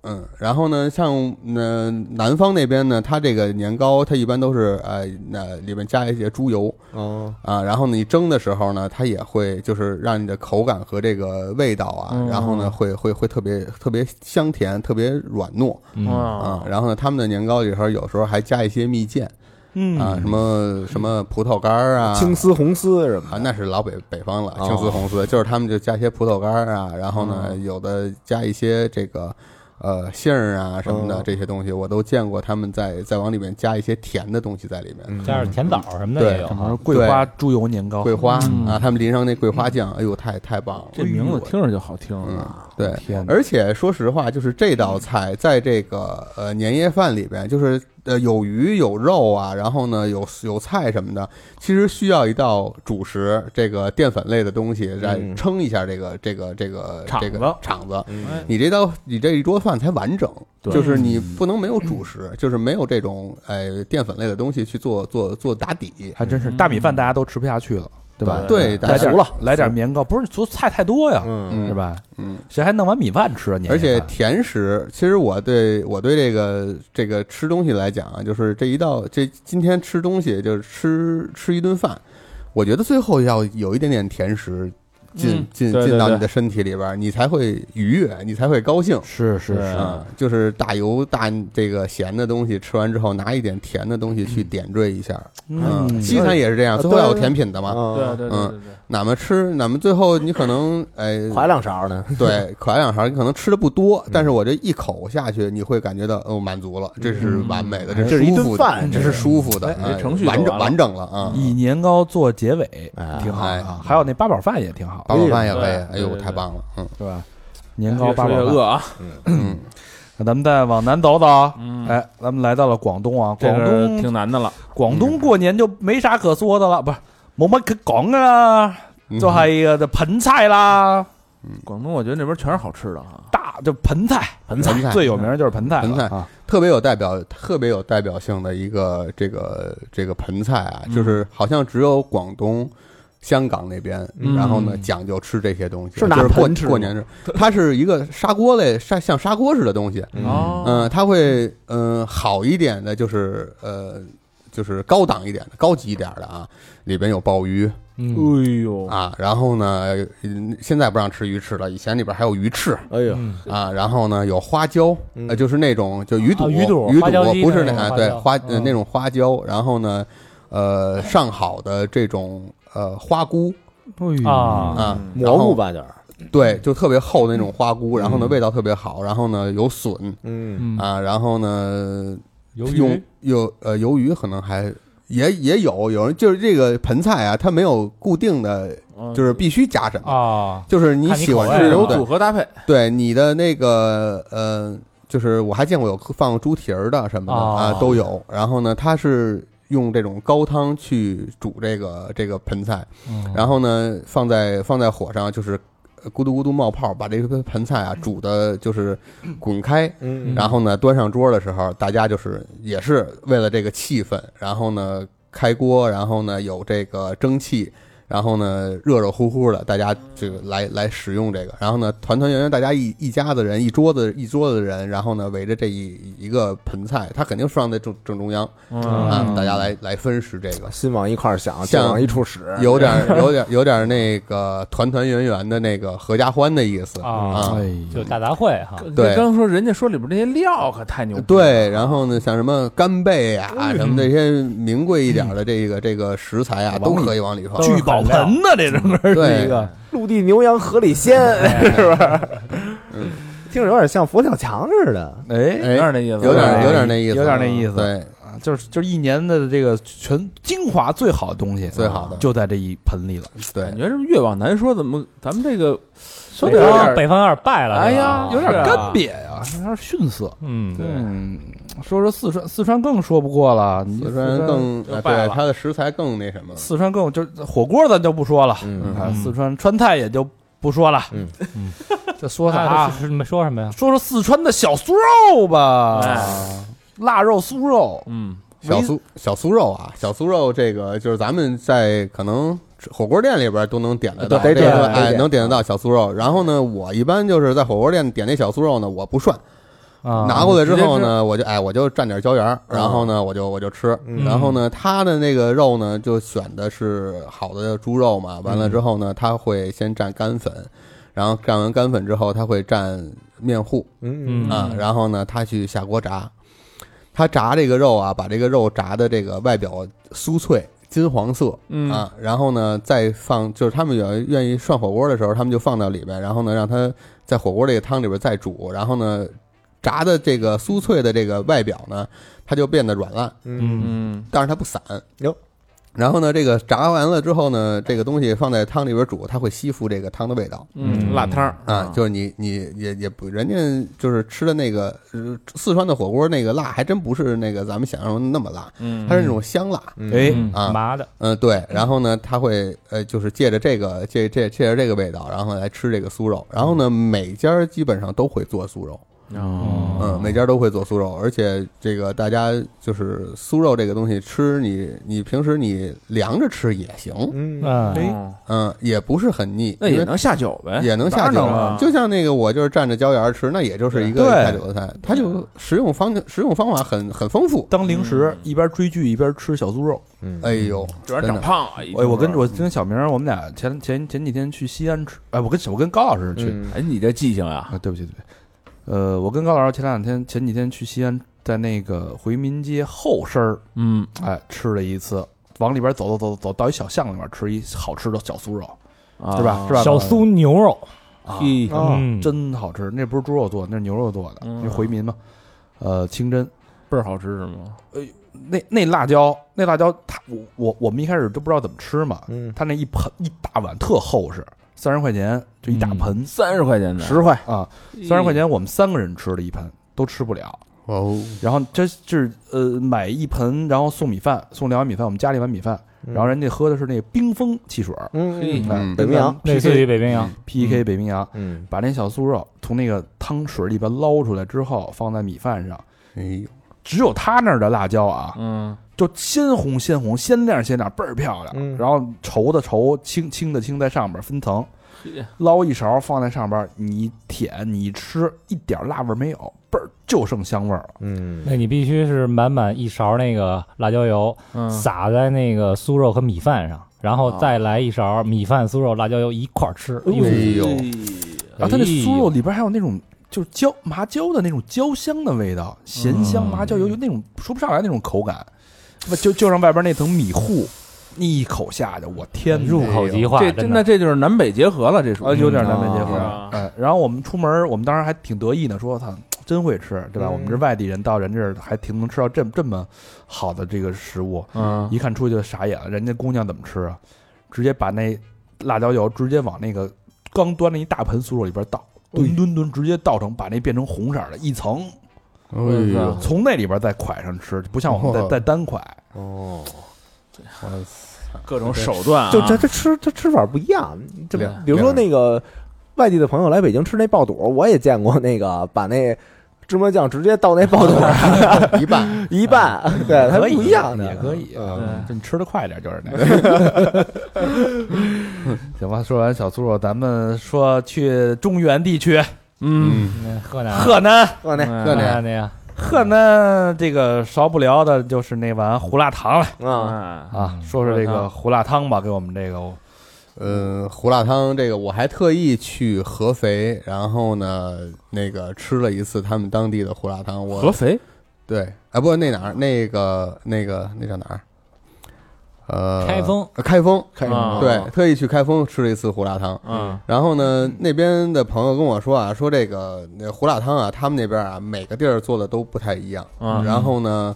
嗯，然后呢，像呃南方那边呢，它这个年糕，它一般都是呃那里面加一些猪油，哦，啊，然后呢，你蒸的时候呢，它也会就是让你的口感和这个味道啊，嗯然后呢，会会会特别特别香甜，特别软糯嗯啊啊。然后呢，他们的年糕里头有时候还加一些蜜饯嗯啊，什么什么葡萄干儿啊，青丝红丝什么啊，那是老北北方了，哦青丝红丝，就是他们就加一些葡萄干儿啊，然后哦呢，有的加一些这个呃杏儿啊什么的、嗯哦这些东西，我都见过他们在在往里面加一些甜的东西在里面。嗯的，加上甜枣什么的也有啊什哈么桂花猪油年糕，桂花、嗯啊，他们淋上那桂花酱，哎呦，太太棒了！这名字听着就好听嗯啊。，对。天哪，而且说实话，就是这道菜在这个呃年夜饭里边，就是呃有鱼有肉啊，然后呢有有菜什么的，其实需要一道主食，这个淀粉类的东西来嗯撑一下这个这个这个场这子个场子。哎你这道你这一桌饭才完整，对就是你不能没有主食，就是没有这种呃淀粉类的东西去做做做打底，还真是大米饭大家都吃不下去了，对吧？嗯对，大来家点来点年糕，不是做菜太多呀，嗯嗯是吧？嗯。谁还弄碗米饭吃啊？年夜而且饭甜食，其实我对我对这个这个吃东西来讲啊，就是这一道这今天吃东西就是吃吃一顿饭，我觉得最后要有一点点甜食进、嗯进对对进到对你的身体里边儿，你才会愉悦，你才会高兴。是是对是，啊，就是大油大这个咸的东西吃完之后，拿一点甜的东西去点缀一下。嗯，西餐也是这样，最后要有甜品的嘛。对啊对对对对嗯哪们吃，哪们最后你可能哎，怀两勺呢， 对，可爱两勺，你可能吃的不多，但是我这一口下去，你会感觉到哦，满足了，这是完美的，这这是一舒顿服的饭，这是舒服的，哎哎这程序完走整完了完整了啊！以年糕做结尾，哎挺好哎啊。还有那八宝饭也挺好，八宝饭也可以，对哎对呦，对太棒了，嗯是吧？年糕八宝越说越饭饿，啊！嗯，那咱们再往南走走啊。嗯，哎，咱们来到了广东啊，这广个东挺难嗯的了。广东过年就没啥可说的了，不是冇乜可讲噶啦，嗯就系啊，就盆菜啦，广东我觉得那边全是好吃的啊。大就盆菜，盆盆菜最有名的就是盆菜了，盆菜啊，特别有代表，特别有代表性的一个这个这个盆菜啊，就是好像只有广东。香港那边，嗯然后呢，讲究吃这些东西，是拿就是过盆吃吗过年时候，它是一个砂锅类，砂像砂锅似的东西，哦，嗯，它会嗯、呃好一点的，就是呃就是高档一点的、高级一点的啊，里边有鲍鱼嗯哎呦，啊，然后呢，嗯现在不让吃鱼翅了，以前里边还有鱼翅哎呦，嗯啊，然后呢有花椒，嗯呃就是那种就鱼肚、啊鱼鱼肚花椒鸡不是那那种啊花对椒花、呃嗯那种花椒，然后呢呃上好的这种呃花菇啊啊，然蘑菇后吧点儿，对，就特别厚的那种花菇，然后呢味道特别好，然后呢有笋嗯，嗯啊，然后呢鱿用鱼有呃鱿鱼可能还也也有有人就是这个盆菜啊，它没有固定的，嗯就是必须加什么，啊，就是你喜欢看吃你是口味有啊对组合搭配，对你的那个呃，就是我还见过有放猪蹄儿的什么的、哦啊都有。然后呢，它是用这种高汤去煮这个这个盆菜，嗯然后呢放在放在火上就是。呃咕嘟咕嘟冒泡，把这个盆菜啊煮的，就是滚开，嗯然后呢，端上桌的时候，大家就是也是为了这个气氛，然后呢开锅，然后呢有这个蒸汽，然后呢，热热乎乎的，大家这个来来使用这个。然后呢，团团圆圆，大家一一家子人，一桌子一桌子人，然后呢，围着这一一个盆菜，它肯定是放在正正中央嗯啊，大家来来分食这个。心往一块儿想，劲像往一处使，有点儿有点儿有点儿那个团团圆圆的那个合家欢的意思啊哎啊，嗯就大杂烩哈，对刚说人家说里边那些料可太牛逼了，对，然后呢，像什么干贝啊，什么这些名贵一点的这个这个食材啊，都可以往里放。聚宝盆呢，这嗯整个对，陆地牛羊河里鲜， 是不是？嗯听着有点像佛跳墙似的，哎哎有点那意思，有点儿有点儿那意思，有点那意思对，啊就是就是一年的这个全精华最好的东西，最好的就在这一盆里了。对感，觉是越往南说，怎么咱们这个说北的有点方儿，北方有点败了，哎是吧呀，有点是啊干瘪，别呀，有点逊色。嗯，嗯，说说四川，四川更说不过了。你四川更就哎败对了它的食材更那什么了，四川更就是火锅，咱就不说了。嗯啊嗯四川川菜也就不说了。嗯嗯，这说啥啊，啊？是是你们说什么呀？说说四川的小酥肉吧哎，腊肉、酥肉，嗯，小唯酥小酥肉啊，小酥肉这个就是咱们在可能吃火锅店里边都能点得到，对这个对对哎对能点得到小酥肉。然后呢，我一般就是在火锅店点那小酥肉呢，我不涮，啊，拿过来之后呢，我就哎我就蘸点椒盐儿，嗯然后呢我就我就吃。嗯然后呢，它的那个肉呢就选的是好的猪肉嘛，完了之后呢，它会先蘸干粉，然后蘸完干粉之后，它会蘸面糊，嗯嗯啊，然后呢，他去下锅炸，他炸这个肉啊，把这个肉炸的这个外表酥脆金黄色嗯啊，然后呢再放，就是他们有愿意涮火锅的时候，他们就放到里边，然后呢让它在火锅这个汤里边再煮，然后呢炸的这个酥脆的这个外表呢，它就变得软烂，嗯，嗯，但是它不散哟。然后呢，这个炸完了之后呢，这个东西放在汤里边煮，它会吸附这个汤的味道。嗯，辣汤儿啊，就是你你也也不，人家就是吃的那个呃四川的火锅那个辣，还真不是那个咱们想象中那么辣，嗯它是那种香辣。哎，嗯啊麻的，嗯，对。然后呢，它会呃，就是借着这个借借借着这个味道，然后来吃这个酥肉。然后呢，每家儿基本上都会做酥肉，哦嗯，每家儿都会做酥肉，而且这个大家就是酥肉这个东西吃你你平时你凉着吃也行，嗯，嗯，哦嗯，也不是很腻，那因也为能下酒呗，也能下当然能酒了，就像那个我就是蘸着椒盐吃，那也就是一个对下酒的菜，它就食用方食用方法很很丰富。当零食一边追剧一边吃小酥肉。嗯哎呦，主要真长的胖啊了。一哎，我跟说我跟小明儿，我们俩前前前几天去西安吃，哎，我跟我跟高老师去、嗯哎，你这记性 啊，啊，对不起对不起，呃，我跟高老师前两天前几天去西安，在那个回民街后身儿，嗯，哎，吃了一次，往里边走走走走，到一小巷里面吃一好吃的小酥肉，是是吧？是吧？小酥牛肉，啊，哦嗯，真好吃，那不是猪肉做的，那是牛肉做的，嗯那回民嘛，呃，清真。倍儿好吃是吗？那那辣椒，那辣椒，它我我我们一开始都不知道怎么吃嘛，嗯它那一盆一大碗特厚实，三十块钱就一大嗯盆，三十块钱的，十块啊，三十块钱。钱我们三个人吃了一盆，都吃不了。哦，然后这是呃买一盆，然后送米饭，送两碗米饭，我们加了一碗米饭，嗯然后人家喝的是那个冰峰汽水儿，嗯哎北冰洋类似于 PK 北冰洋， PK 北冰洋，嗯，把那小酥肉从那个汤水里边捞出来之后，放在米饭上。哎呦，只有他那儿的辣椒啊，嗯，就鲜红鲜红，鲜亮鲜亮，倍儿漂亮。嗯然后稠的稠，青青的青在上边儿分层，捞一勺放在上边儿，你舔你吃，一点儿辣味儿没有，倍儿就剩香味儿了。嗯那你必须是满满一勺那个辣椒油，嗯撒在那个酥肉和米饭上，然后再来一勺米饭、酥肉、辣椒油一块儿吃。哎呦，然后它那酥肉哎呦，里边还有那种就是椒麻椒的那种椒香的味道，咸嗯香麻椒油有那种说不上来那种口感，不就就让外边那层米糊，一口下去，我天哪，入口即化，哎这真那这就是南北结合了，这属啊于啊有点南北结合是。吧哎，然后我们出门，我们当时还挺得意呢，说他真会吃，对吧？嗯我们这外地人到人这儿还挺能吃到这这么好的这个食物，嗯，啊一看出去就傻眼了，人家姑娘怎么吃啊？直接把那辣椒油直接往那个刚端了一大盆酥肉里边倒，吨吨吨直接倒成，把那变成红色的一层，哎呦，从那里边再蒯上吃，不像我们哦再再单蒯。哦，各种手段啊，就这这吃这吃法不一样，这对啊比如说那个外地的朋友来北京吃那爆肚，我也见过那个把那。芝麻酱直接倒 那爆肚儿一半，一拌， 对，它啊嗯可以啊不一样的，也可以，嗯就你吃的快点，就是那个。 行吧，说完小酥肉，咱们说去中原地区，嗯，嗯河南，河南。我那河河南那呀，河南这个少不了的就是那碗胡辣汤了嗯啊，哎啊啊，说说这个胡辣汤吧，给我们这个呃，胡辣汤这个我还特意去合肥，然后呢，那个吃了一次他们当地的胡辣汤。合我肥对，啊，不，那哪儿？那个那个那叫哪儿？呃，开封，呃，开封，可以嗯啊对，特意去开封吃了一次胡辣汤。嗯然后呢，那边的朋友跟我说啊，说这个那胡辣汤啊，他们那边啊，每个地儿做的都不太一样。啊嗯然后呢，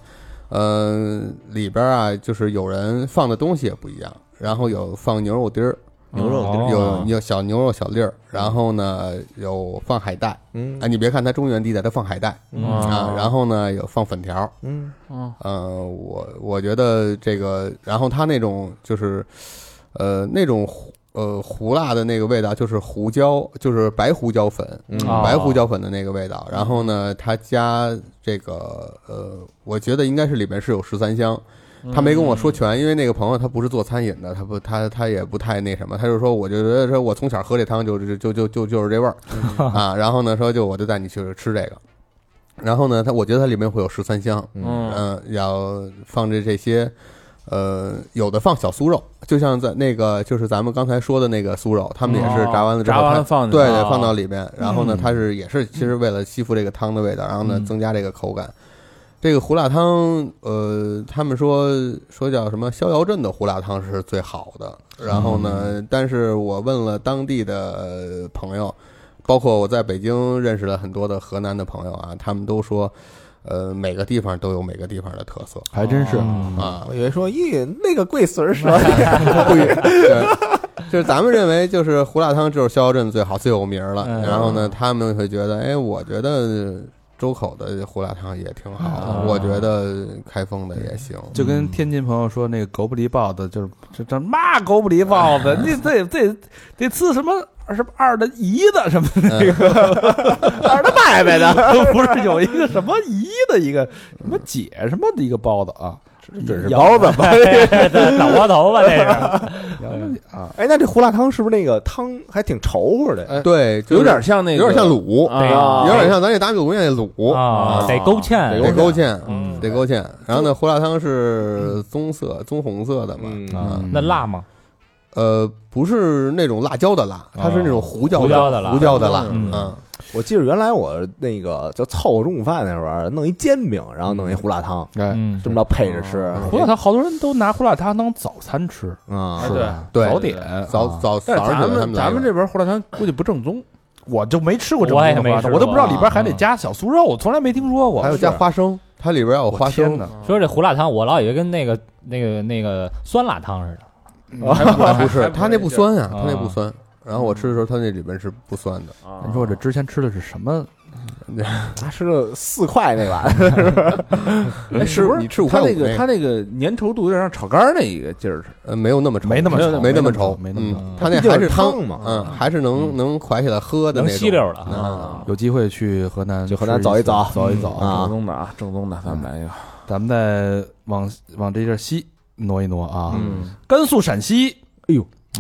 呃，里边啊，就是有人放的东西也不一样，然后有放牛肉丁儿，嗯牛哦肉丁 有有小牛肉小粒儿，然后呢有放海带，嗯啊，你别看它中原地带，它放海带嗯哦啊，然后呢有放粉条，嗯，呃，我我觉得这个，然后它那种就是，呃，那种胡呃胡辣的那个味道，就是胡椒，就是白胡椒粉，嗯啊哦白胡椒粉的那个味道。然后呢，它加这个呃，我觉得应该是里面是有十三香。他没跟我嗯说全，因为那个朋友他不是做餐饮的，他不他他也不太那什么，他就说我就觉得说我从小喝这汤就就就就就就是这味儿嗯 啊，然后呢说就我就带你去吃这个，然后呢他我觉得它里面会有十三香，嗯嗯，要放置这些，呃，有的放小酥肉，就像在那个就是咱们刚才说的那个酥肉，他们也是炸完了之后哦炸完它了放进去对啊对，放到里面，然后呢哦嗯，它是也是其实为了吸附这个汤的味道，然后呢嗯增加这个口感。这个胡辣汤，呃，他们说说叫什么逍遥镇的胡辣汤是最好的。然后呢，嗯但是我问了当地的朋友，包括我在北京认识了很多的河南的朋友啊，他们都说，呃，每个地方都有每个地方的特色还真是嗯啊，我以为说，咦，那个贵孙儿说的， 不远。对嗯就是咱们认为，就是胡辣汤就是逍遥镇最好最有名儿了。嗯然后呢，他们会觉得，哎，我觉得周口的胡辣汤也挺好的，啊我觉得开封的也行。就跟天津朋友说那个狗不理包子，就是这这嘛狗不理包子， 你得得得吃什么什么二的姨的什么那个 二的妹妹的，不是有一个什么姨的一个什么姐什么的一个包子啊，这是包子吧？老窝头吧，这是，哎，那这胡辣汤是不是那个汤还挺稠乎的？哎对，就是有点像那个，有点像哦卤，啊有点像咱这打比卤面那卤啊，得勾得芡，勾芡，嗯得勾芡。然后呢，胡辣汤是棕色、棕红色的嘛，嗯啊，那辣吗？呃，不是那种辣椒的辣，它是那种胡椒胡椒的辣胡椒的辣，嗯嗯，我记得原来我那个就凑合中午饭那会儿，弄一煎饼，然后弄一胡辣汤， 哎，嗯这么着配着吃哦胡辣汤好多人都拿胡辣汤当早餐吃，啊哎。对，对，早点嗯早啊早但早是上起咱来他们来咱一们个这边胡辣汤估计不正宗，我就没吃过啊这我么也多没胡辣吃汤，我都过不知道里边还嗯得加小酥肉，我从来没听说过。还有加花生，它里边要有我花天生哪，说这胡辣汤，我老以为跟那个那个那个酸辣汤似的。还嗯 不它不是还它那不酸啊，啊它那不酸。然后我吃的时候，它那里边是不酸的。啊你说我这之前吃的是什么？他吃了四块那碗，哎哎，是不是你吃五它块那五个它那个粘稠度有点像炒肝儿那一个劲儿似的，呃没有那么稠，没那么稠没那么没那么稠没那么稠嗯，它 那毕竟还是汤嘛嗯，还是能能蒯起来喝的那能种，吸溜的啊。有机会去河南吃一次，就河南走一走走一走嗯啊正宗的啊，正宗的，咱们来一个，咱们再往往这地儿西挪一挪啊，甘肃、陕西，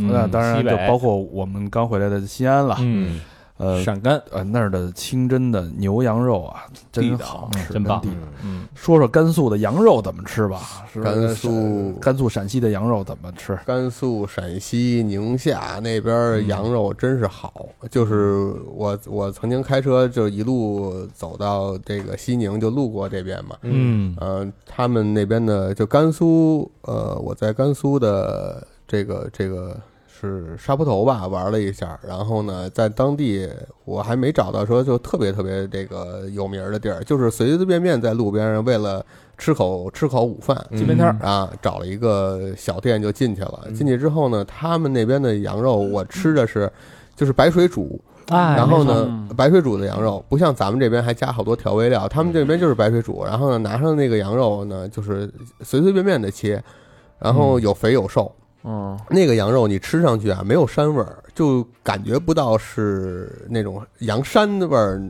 那当然嗯西就北包括我们刚回来的西安了。嗯，呃陕甘呃，那儿的清真的牛羊肉啊，真好吃，真棒地嗯道。嗯说说甘肃的羊肉怎么吃吧？是甘肃甘肃、陕西的羊肉怎么吃？甘肃、陕西、宁夏那边羊肉真是好，就是我我曾经开车就一路走到这个西宁，就路过这边嘛。嗯呃，他们那边的就甘肃，呃，我在甘肃的这个这个是沙坡头吧玩了一下，然后呢，在当地我还没找到说就特别特别这个有名儿的地儿，就是随随便便在路边上为了吃口吃口午饭，街边摊儿啊，找了一个小店就进去了。进去之后呢，他们那边的羊肉我吃的是就是白水煮，哎，然后没错？呢，白水煮的羊肉不像咱们这边还加好多调味料，他们这边就是白水嗯煮，然后呢拿上那个羊肉呢，就是随随便便的切，然后有肥有瘦。嗯那个羊肉你吃上去啊，没有膻味儿，就感觉不到是那种羊膻的味儿。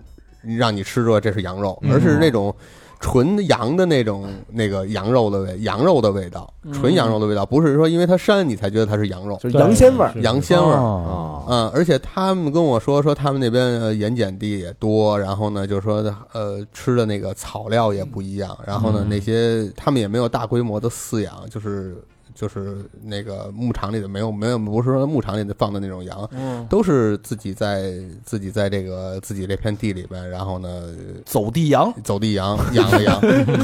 让你吃这这是羊肉，嗯而是那种纯羊的那种那个羊肉的味，羊肉的味道，嗯纯羊肉的味道，不是说因为它膻你才觉得它是羊肉，就是羊鲜味儿对羊鲜味儿。哦嗯，而且他们跟我说说他们那边呃盐碱地也多，然后呢，就是说呃吃的那个草料也不一样，然后呢嗯那些他们也没有大规模的饲养，就是就是那个牧场里的没有没有不是说牧场里的放的那种羊，嗯，都是自己在自己在这个自己这片地里边，然后呢走地羊，走地羊养的羊，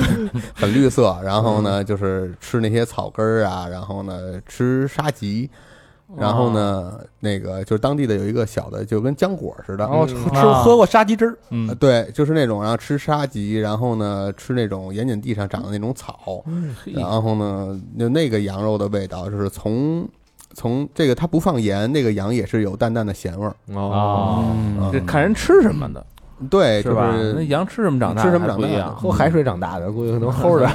很绿色，然后呢就是吃那些草根儿啊，然后呢吃沙棘。然后呢，那个就是当地的有一个小的，就跟浆果似的，然后吃嗯啊喝过沙棘汁儿，呃嗯，对，就是那种，然后吃沙棘，然后呢吃那种盐碱地上长的那种草，嗯然后呢就那个羊肉的味道，就是从从这个它不放盐，那个羊也是有淡淡的咸味儿，啊哦嗯嗯这看人吃什么的，对，就嗯是吧？那哎是羊吃什么长大，吃什么还长不大一样。嗯喝海水长大的，估计可能齁着。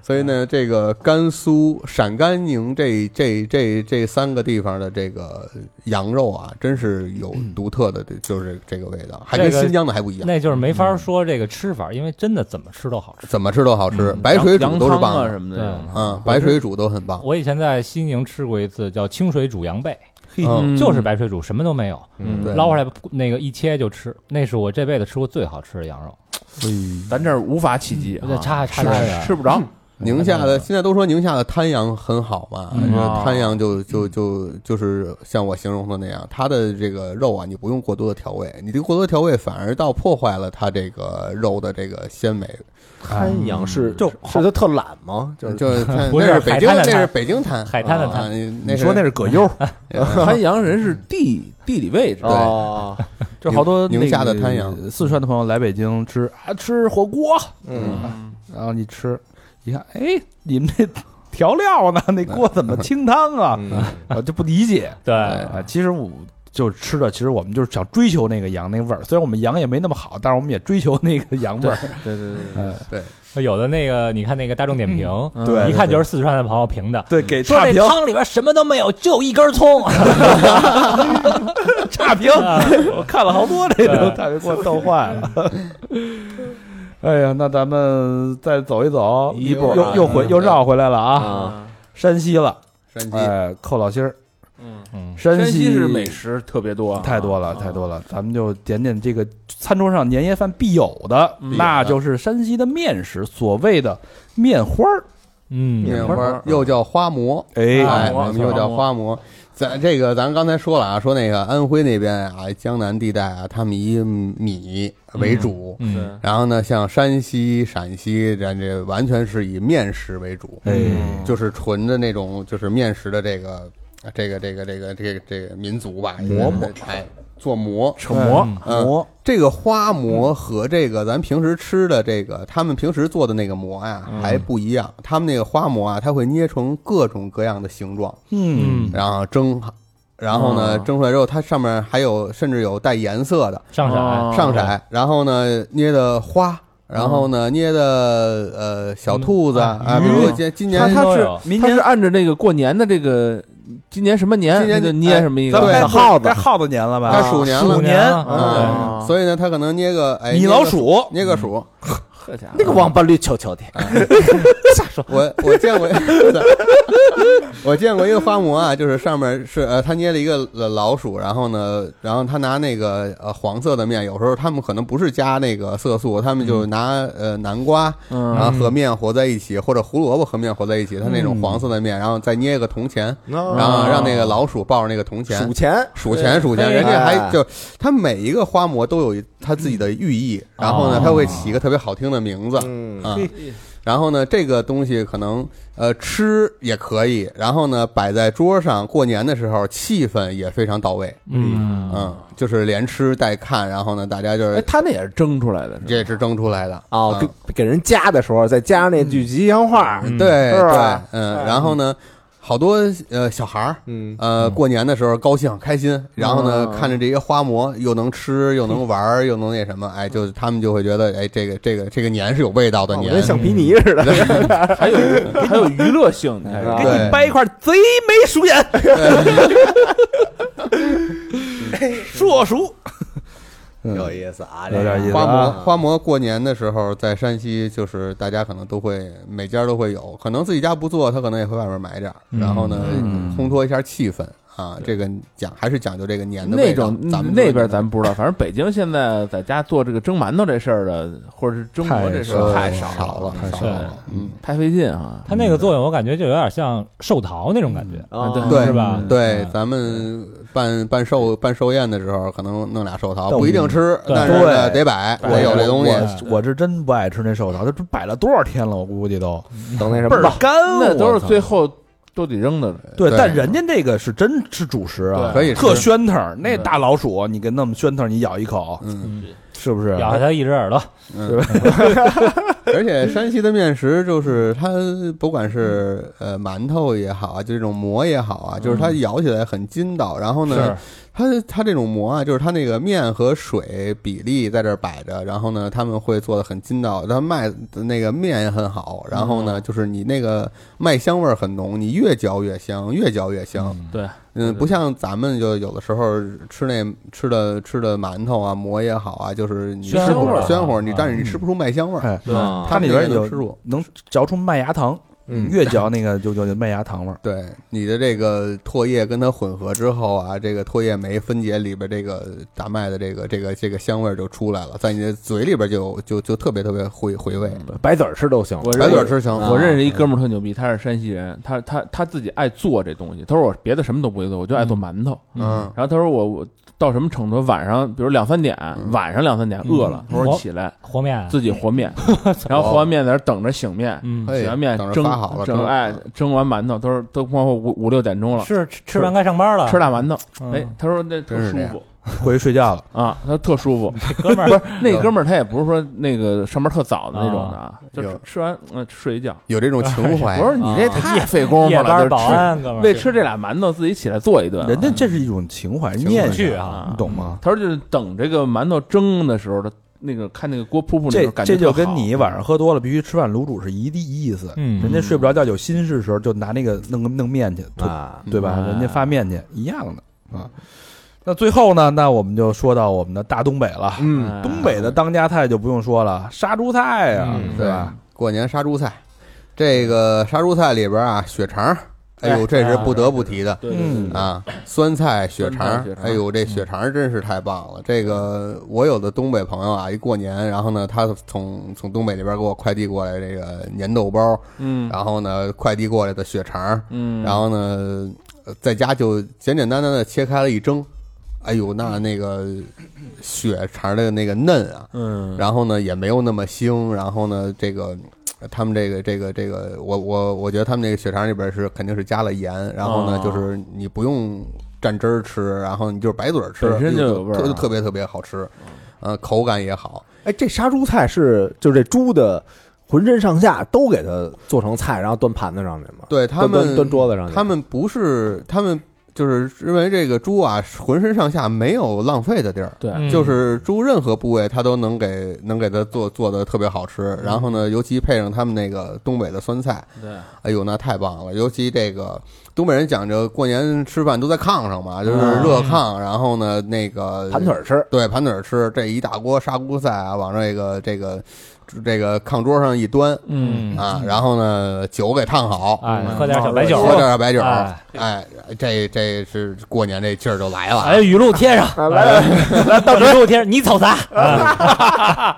所以嗯呢，这个甘肃、陕甘宁这这这这三个地方的这个羊肉啊，真是有独特的，就是这个味道，还跟嗯这个新疆的还不一样，那就是没嗯法说这个吃法，因为真的怎么吃都好吃。怎么吃都好吃，嗯白水煮羊都是汤棒啊的，什么对的，嗯，白水煮都很棒。我以前在西宁吃过一次叫清水煮羊背，嗯就是白水煮，什么都没有，嗯对捞出来那个一切就吃，那是我这辈子吃过最好吃的羊肉，咱这儿无法企及那啊，差差吃太远吃不着。宁夏的现在都说宁夏的滩羊很好嘛，嗯那滩羊就就就就是像我形容的那样，它的这个肉啊，你不用过多的调味，你这个过多的调味反而倒破坏了它这个肉的这个鲜美。滩羊是就是他特懒吗？就 是 就是它不是那是北京，海滩的那滩是北京滩，海滩的滩啊，你你那说那是葛优，嗯 滩羊人是地地理位置，啊哦，就好多宁那个夏的滩羊四川的朋友来北京吃啊，吃火锅，嗯，然后你吃，一看，哎，你们这调料 呢？那锅怎么清汤啊？嗯我就不理解对，啊。其实我就吃的，其实我们就是想追求那个羊那味儿，虽然我们羊也没那么好，但是我们也追求那个羊 味儿。对对对，有的那个你看那个大众点评，对一看就是四川的朋友评的，对，给说差这评，汤里边什么都没有，就一 根葱，差评，我看了好多这种对差评，给我逗坏了。 哎呀，那咱们再走一走，一步啊又又回又绕回来了啊，嗯啊，山西了，山鸡，哎，寇老心儿，嗯，嗯，山山西是美食特别多啊，太多了，太多了，咱们就点点这个餐桌上年夜饭必有的，嗯那就是山西的面食，所谓的面花儿。嗯，面花儿又叫花馍，哎，哎，花馍我们又叫花馍。咱这个，咱刚才说了啊，说那个安徽那边啊，江南地带啊，他们以米为主，嗯，然后呢，像山西、陕西，咱这完全是以面食为主，哎，就是纯的那种，就是面食的这个、这个、这个、这个、这个、这个民族吧，馍馍，哎，做馍。扯馍，嗯馍，这个花馍和这个咱平时吃的这个，他们平时做的那个馍呀、还不一样。他们那个花馍啊，它会捏成各种各样的形状，嗯，嗯，然后蒸，然后呢哦蒸出来之后，它上面还有甚至有带颜色的，上哦色，上色，然后呢捏的花，然后呢捏的呃小兔子嗯啊，鱼比如今今年它它都是有明它是年按照这个过年的这个今年什么年，今年它就哎捏什么一咱们对该个小耗子，该耗子年了吧？该鼠年了鼠年啊，啊，所以呢，它可能捏个哎米老，鼠，捏个捏个鼠，呵家伙那个王八绿球球的，我我见过，我见过一个花馍啊，就是上面是呃，他捏了一个呃老鼠，然后呢，然后他拿那个呃黄色的面，有时候他们可能不是加那个色素，他们就拿呃南瓜，嗯然后和面和在一起，或者胡萝卜和面和在一起，它那种黄色的面，然后再捏一个铜钱，然然后让那个老鼠抱着那个铜钱嗯数。钱，数钱数钱，哎人家还哎就他每一个花馍都有一他自己的寓意，然后呢，他会起一个特别好听的名字，嗯啊，然后呢，这个东西可能呃吃也可以，然后呢摆在桌上，过年的时候气氛也非常到位，嗯嗯，就是连吃带看，然后呢大家就哎，是它那也是蒸出来的，这也是蒸出来的哦，嗯给给人加的时候再加上那句吉祥话，嗯对是对吧，哎嗯，然后呢，好多呃小孩儿。嗯，呃，过年的时候高兴开心，然后呢，看着这些花馍，又能吃，又能玩儿，又能那什么，哎，就是他们就会觉得，哎，这个这个这个年是有味道的哦年跟，橡皮泥似的， 还有还有娱乐性，你看啊给你对掰一块贼眉鼠眼，对硕鼠。嗯有意思啊，有点意思这花呃个馍，啊花馍过年的时候在山西，就是大家可能都会每家都会有，可能自己家不做，他可能也会外面买点儿，然后呢嗯烘托一下气氛啊。这个讲还是讲究这个年的那味道种咱们那说边的咱们不知道，反正北京现在在家做这个蒸馒头这事儿的，或者是蒸馍这事儿太少少了，太少哎了，嗯，太费劲啊。它那个作用，我感觉就有点像寿桃那种感觉，啊，嗯对对是吧？对，嗯咱们办办寿办寿宴的时候，可能弄俩寿桃，豆不一定吃，对但是呢对得摆，我我有这东西。我我是真不爱吃那寿桃，它这摆了多少天了，我估计都 等那什倍么儿吧，干，那都我是操最后都得扔的，对，对但人家这个是真是主食啊，对可以吃特喧腾儿，那大老鼠你给弄喧腾儿，你咬一口，嗯，是不是？咬下它一只耳朵，嗯，而且山西的面食就是它，不管是呃馒头也好啊，就这种馍也好啊，就是它咬起来很筋道。然后呢，它它这种馍啊，就是它那个面和水比例在这儿摆着，然后呢，他们会做的很筋道，它卖的那个面也很好，然后呢，就是你那个麦香味儿很浓，你越嚼越香，越嚼越香。对，嗯，不像咱们就有的时候吃那吃的吃的馒头啊、馍也好啊，就是你暄吃乎不了暄乎儿，你啊但是你吃不出麦香味儿。哎，嗯啊它里边有吃住，能嚼出麦芽糖，嗯越嚼那个就就就麦芽糖味儿。 对你的这个唾液跟它混合之后啊，这个唾液酶分解里边这个大麦的这个这个这个香味儿就出来了，在你的嘴里边就就就特别特别回回味。白籽儿吃都行。我白认嘴儿吃香，啊我认识一哥们儿特牛逼，他是山西人，他他他自己爱做这东西。他说我别的什么都不会做，我就爱做馒头。嗯然后他说我我到什么程度，晚上比如两三点，晚上两三点饿了，他说我起来和面，自己和面，然后和完面在那儿等着醒面，嗯，哎醒完面等着蒸发好了蒸蒸哎蒸完馒头都是都包括五五六点钟了，是吃吃完该上班了，吃大馒头，嗯哎，他说那特真是舒这样服回去睡觉 了，啊，他特舒服。哥 们儿，那哥们儿他也不是说那个上班特早的那种的啊，就有哎吃吃完嗯睡一觉。 有这种情我怀。说你这太费工夫夜了，就班是吃保安，哥们儿，为啊吃这俩馒头自己起来做一顿啊，人家这是一种情怀念去想，啊嗯你，懂吗？他说就是等这个馒头蒸的时候，他那个看那个锅噗噗那这种感觉这就特好跟你晚上喝多了必须吃饭卤煮是一地意思。嗯人家睡不着觉有心事的时候，就拿那个弄个弄面去，啊，对吧？嗯人家发面去一样的啊。那最后呢？那我们就说到我们的大东北了。嗯，哎东北的当家菜就不用说了，杀猪菜呀、嗯是吧？过年杀猪菜，这个杀猪菜里边啊，血肠儿，哎呦，这是不得不提的。哎对对对嗯啊，酸菜血肠酸菜血儿，肠儿嗯哎呦，这血肠儿真是太棒了！这个我有的东北朋友啊，一过年，然后呢，他从从东北那边给我快递过来这个粘豆包，嗯然后呢，快递过来的血肠儿，嗯，然后呢，呃在家就简简单单的切开了一蒸，哎呦，那那个血肠儿的那个嫩啊，嗯然后呢也没有那么腥，然后呢这个。他们这个这个这个，我我我觉得他们这个血肠里边是肯定是加了盐，然后哦呢就是你不用蘸汁儿吃，然后你就是白嘴儿吃，本身就有味儿啊嗯特特别特别好吃，呃，口感也好。哎，这杀猪菜是就是这猪的浑身上下都给它做成菜，然后端盘子上去嘛？对他端端们端桌子上去。他们不是他们就是认为这个猪啊浑身上下没有浪费的地儿，对，嗯就是猪任何部位它都能给能给它做做的特别好嗯吃，然后呢尤其配上他们那个东北的酸菜，对，哎呦，那太棒了！尤其这个东北人讲究过年吃饭都在炕上嗯嘛，就是热炕，然后呢那个盘腿儿吃，对盘腿儿吃，这一大锅砂锅菜啊，往这个这个这个炕桌上一端嗯啊，然后呢酒给烫好，哎，喝点小白酒，喝点白酒，哎哎，这这是过年这劲儿就来哎，了，语录贴上，来来来，到语录贴上，你瞅啥？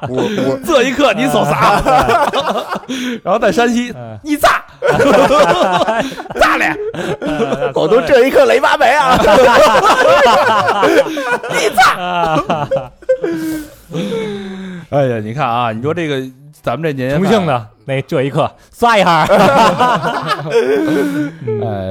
我我这一 刻你手啥？然后在山 西，哎你咋？咋嘞？哦广东这一刻雷八梅啊！哎呀，你看啊，你说这个咱们这年夜重饭庆，的那这一刻刷一下，哎，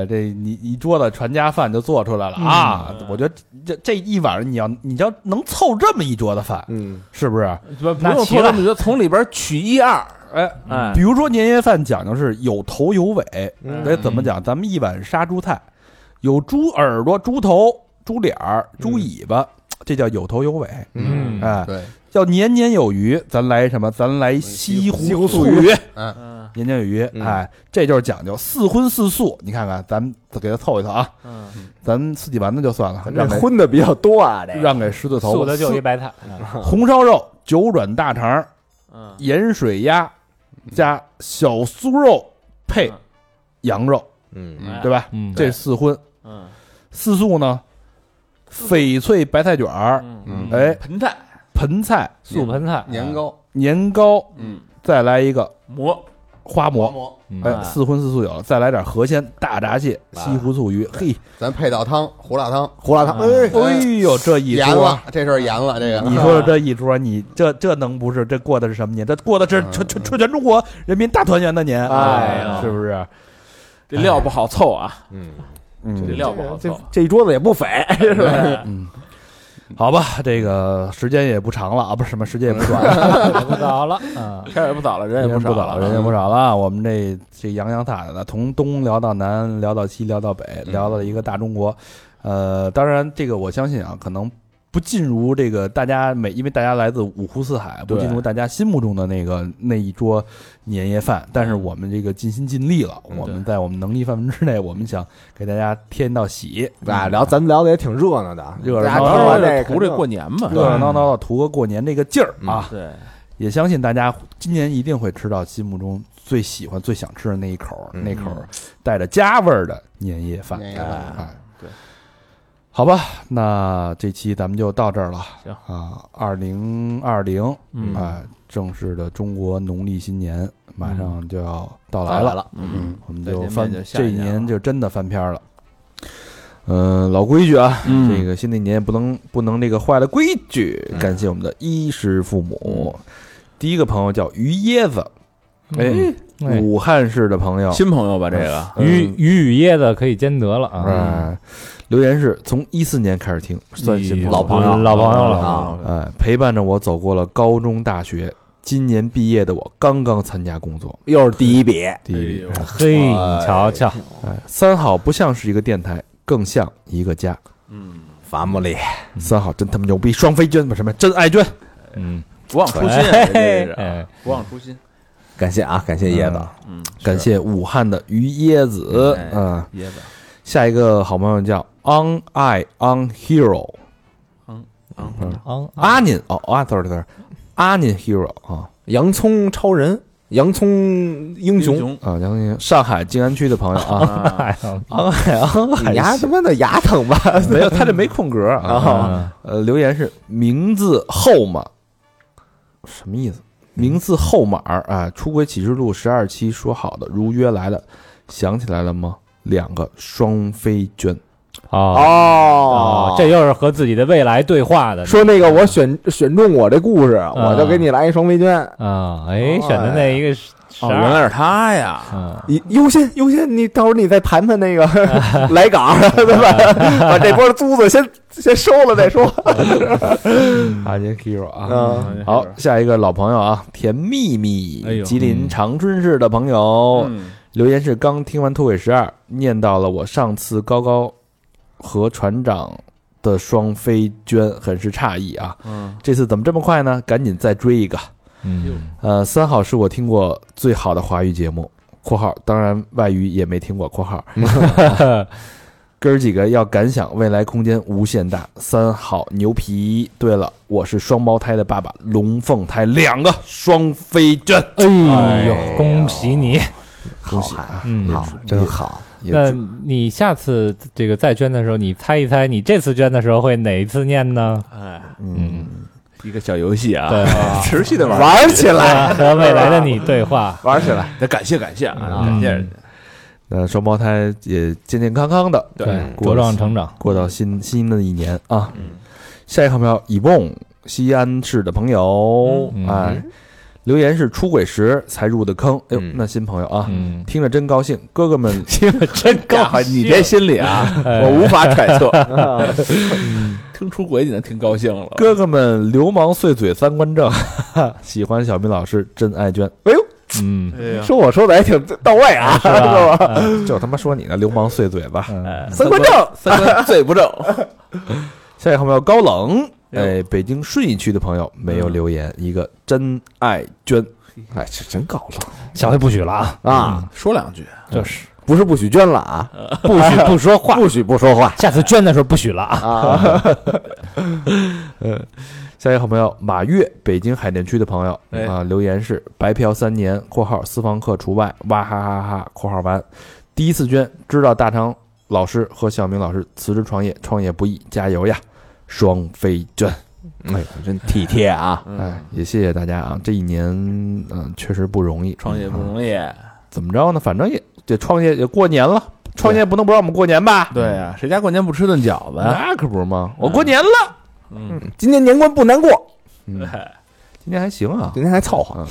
这你一桌子传家饭就做出来了啊！嗯我觉得这这一晚上你要你要能凑这么一桌子饭，嗯，是不是？不不那用齐说了了，你就从里边取一二，哎哎比，如说年夜饭讲究是有头有尾，嗯得怎么讲？咱们一碗杀猪菜，有猪耳朵、猪头、猪脸儿、猪尾巴，这叫有头有尾。嗯哎，对，要年年有余，咱来什么？咱来西西湖湖醋醋鱼，嗯，啊，言简有余，嗯哎，这就是讲究四荤四素。你看看，咱们再给他凑一凑啊，嗯，咱们四季丸子就算了，咱这让给荤的比较多啊，这个嗯让给狮子头吧，素的就四一白菜，啊红烧肉、九转大肠、嗯，盐水鸭加小酥肉配嗯羊肉，嗯哎对，吧？嗯，这四荤，嗯四素呢？翡翠白菜卷儿、嗯，哎盆菜，盆菜、素盆菜，嗯年糕，年糕，嗯，再来一个馍，花馍。馍，嗯哎，四荤四素有了，再来点河鲜、大闸蟹、西湖醋鱼，嘿，咱配道汤，胡辣汤，胡辣汤，哎，哎呦，这一盐桌，了，这事儿盐了，这个你说说这一桌，你这这能不是？这过的是什么年？这过的是全全全全中国人民大团圆的年，哎呀呀是不是？这料不好凑啊，嗯，这嗯料不好这凑，这一桌子也不菲，是吧？嗯，好吧，这个时间也不长了啊，不是什么时间也不短了，也不早了，嗯，开始不早了，人也人不也不少少，了，嗯人也不少了。我们这这洋洋洒洒的，从东聊到南，聊到西，聊到北，嗯聊到一个大中国。呃，当然，这个我相信啊，可能不尽如这个大家每，因为大家来自五湖四海，不对尽如大家心目中的那个那一桌年夜饭。但嗯是我们这个尽心尽力了，我们在我们能力范围之内，我们想给大家添到喜，嗯啊，聊咱们聊的也挺热闹的，热热大家闹听闹完这这嗯图这过年嘛，热热闹闹的图个过年这个劲儿啊。对，也相信大家今年一定会吃到心目中最喜欢、最想吃的那一口儿，嗯那口儿带着家味儿的年夜饭。年夜饭哎，对，好吧，那这期咱们就到这儿了。行啊，二零二零嗯啊，正式的中国农历新年马上就要到哎来来了，了，嗯，我们再就见面翻就下这一年年了就真的翻篇儿了。嗯、老规矩啊，嗯这个新的一年也不能不能这个坏了规矩。感谢我们的衣食父母。嗯第一个朋友叫于椰子，嗯哎，哎武汉市的朋友，新朋友吧，这个，鱼鱼与椰子可以兼得了啊，嗯哎，留言是从一四年开始听，算哎新老朋友老朋友了啊了，哎，陪伴着我走过了高中、大学。今年毕业的我刚刚参加工作，又是第一笔，第一哎呦嘿，你瞧瞧，三好不像是一个电台，更像一个家。嗯，伐木里，嗯三好真他妈牛逼，双飞娟不是什么真爱娟，嗯，不忘初心啊，哎这这是啊哎不忘初心，感谢啊，感谢叶子，嗯，是感谢武汉的于椰子哎，嗯，椰子，下一个好朋友叫 On I On Hero 嗯，嗯啊，阿宁哦啊，sorry sorry，阿宁 Hero 啊洋葱超人，洋葱英雄，雄啊，杨宁，上海静安区的朋友啊，啊，哎呦哎昂海昂你 牙海他妈的牙疼吧？没有，他这没空格 啊。啊呃，留言是名字后码，什么意思？名字后码儿啊，《出轨启示录》十二期说好的，如约来了，想起来了吗？两个双飞娟，哦 哦哦，这又是和自己的未来对话的说那个我选选中我这故事，我就给你来一双围巾，啊，哎，选的那一个十十哦，原二，来是他呀，嗯，你优先优先，你到时候你再谈谈那个来港， 对吧？把这波租子先先收了再说。阿杰 Hero 啊嗯，哎好，下一个老朋友啊，甜蜜蜜哎，呦吉林长春市的朋友、嗯留言是刚听完《脱轨十二》，念到了我上次高高和船长的双飞娟，很是诧异啊，嗯，这次怎么这么快呢？赶紧再追一个。嗯，呃，三好是我听过最好的华语节目（括号当然外语也没听过）（括号）哥儿几个要敢想，未来空间无限大。三好牛皮。对了，我是双胞胎的爸爸，龙凤胎两个双飞娟，哎呦，恭喜你，好孩嗯子，好，真好。啊也那祝你下次这个再捐的时候，你猜一猜，你这次捐的时候会哪一次念呢？哎，嗯，一个小游戏啊，对， 持续的玩，玩起来，啊和未来的你对话，玩起来，得感谢感谢啊，嗯感谢人家，呃，双胞胎也健健康康的，对过茁壮成长，过到新新的一年啊。嗯下一个好朋友以梦，西安市的朋友，嗯哎，留言是出轨时才入的坑，哎呦，嗯那新朋友啊，嗯，听着真高兴，哥哥 们真干高兴，你别心里啊，哎我无法揣测，嗯啊听出轨你能听高兴了，哥哥们流氓碎嘴三观正， 喜欢小明老师真爱娟，嗯，哎呀说我说的还挺到位啊，是吧？就他妈说你呢，流氓碎嘴吧。哎 三观正，三观最 不正，下一个好朋友高冷，哎哎，北京顺义区的朋友没有留言，一个真爱娟，嗯哎，这真高冷下回不许了啊！嗯啊！说两句，就是不是不许捐了啊，不许不说话，不许不 说话下次捐的时候不许了啊！啊！嗯，下一个好朋友马月，北京海淀区的朋友哎啊，留言是白嫖三年（括号私房课除外），哇哈哈哈（括号完）。第一次捐，知道大长老师和小明老师辞职创业，创业不易，加油呀！双飞捐，嗯哎，真体贴啊！ 哎，也谢谢大家啊！这一年，嗯、确实不容易，嗯创业不容易。怎么着呢？反正也这创业也过年了，创业不能不让我们过年吧？对嗯呀、谁家过年不吃顿饺子？那可不是吗？我过年了， 嗯嗯今年年关不难过，今年还行啊今天还凑合。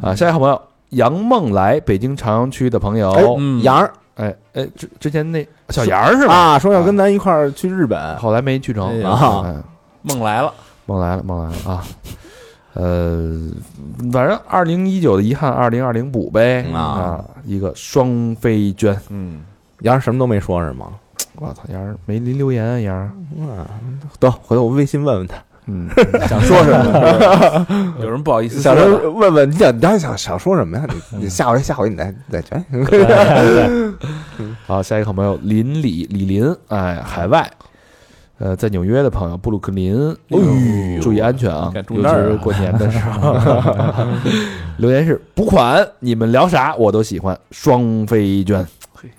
啊！下一个好朋友杨梦来，北京朝阳区的朋友，嗯杨儿哎哎，之之前那小杨儿是吧？啊，说要跟咱一块儿去日本，后来没去成哎呀啊，啊哎梦来了，梦来了，梦来了啊。呃，反正二零一九的遗憾，二零二零补呗嗯啊！一个双飞捐，嗯，杨儿什么都没说是吗？我操，杨儿没留言啊，杨儿，得，回头我微信问问他，嗯，想说什么？ 有人不好意思想说说问问你想，你想想想说什么呀？你你下回下回你再再全。好，下一个好朋友林李李林，哎，海外，呃，在纽约的朋友布鲁克林，注意安全啊，敢哎住尤那其儿啊是过年的时候。 留言是补款，你们聊啥我都喜欢，双飞捐，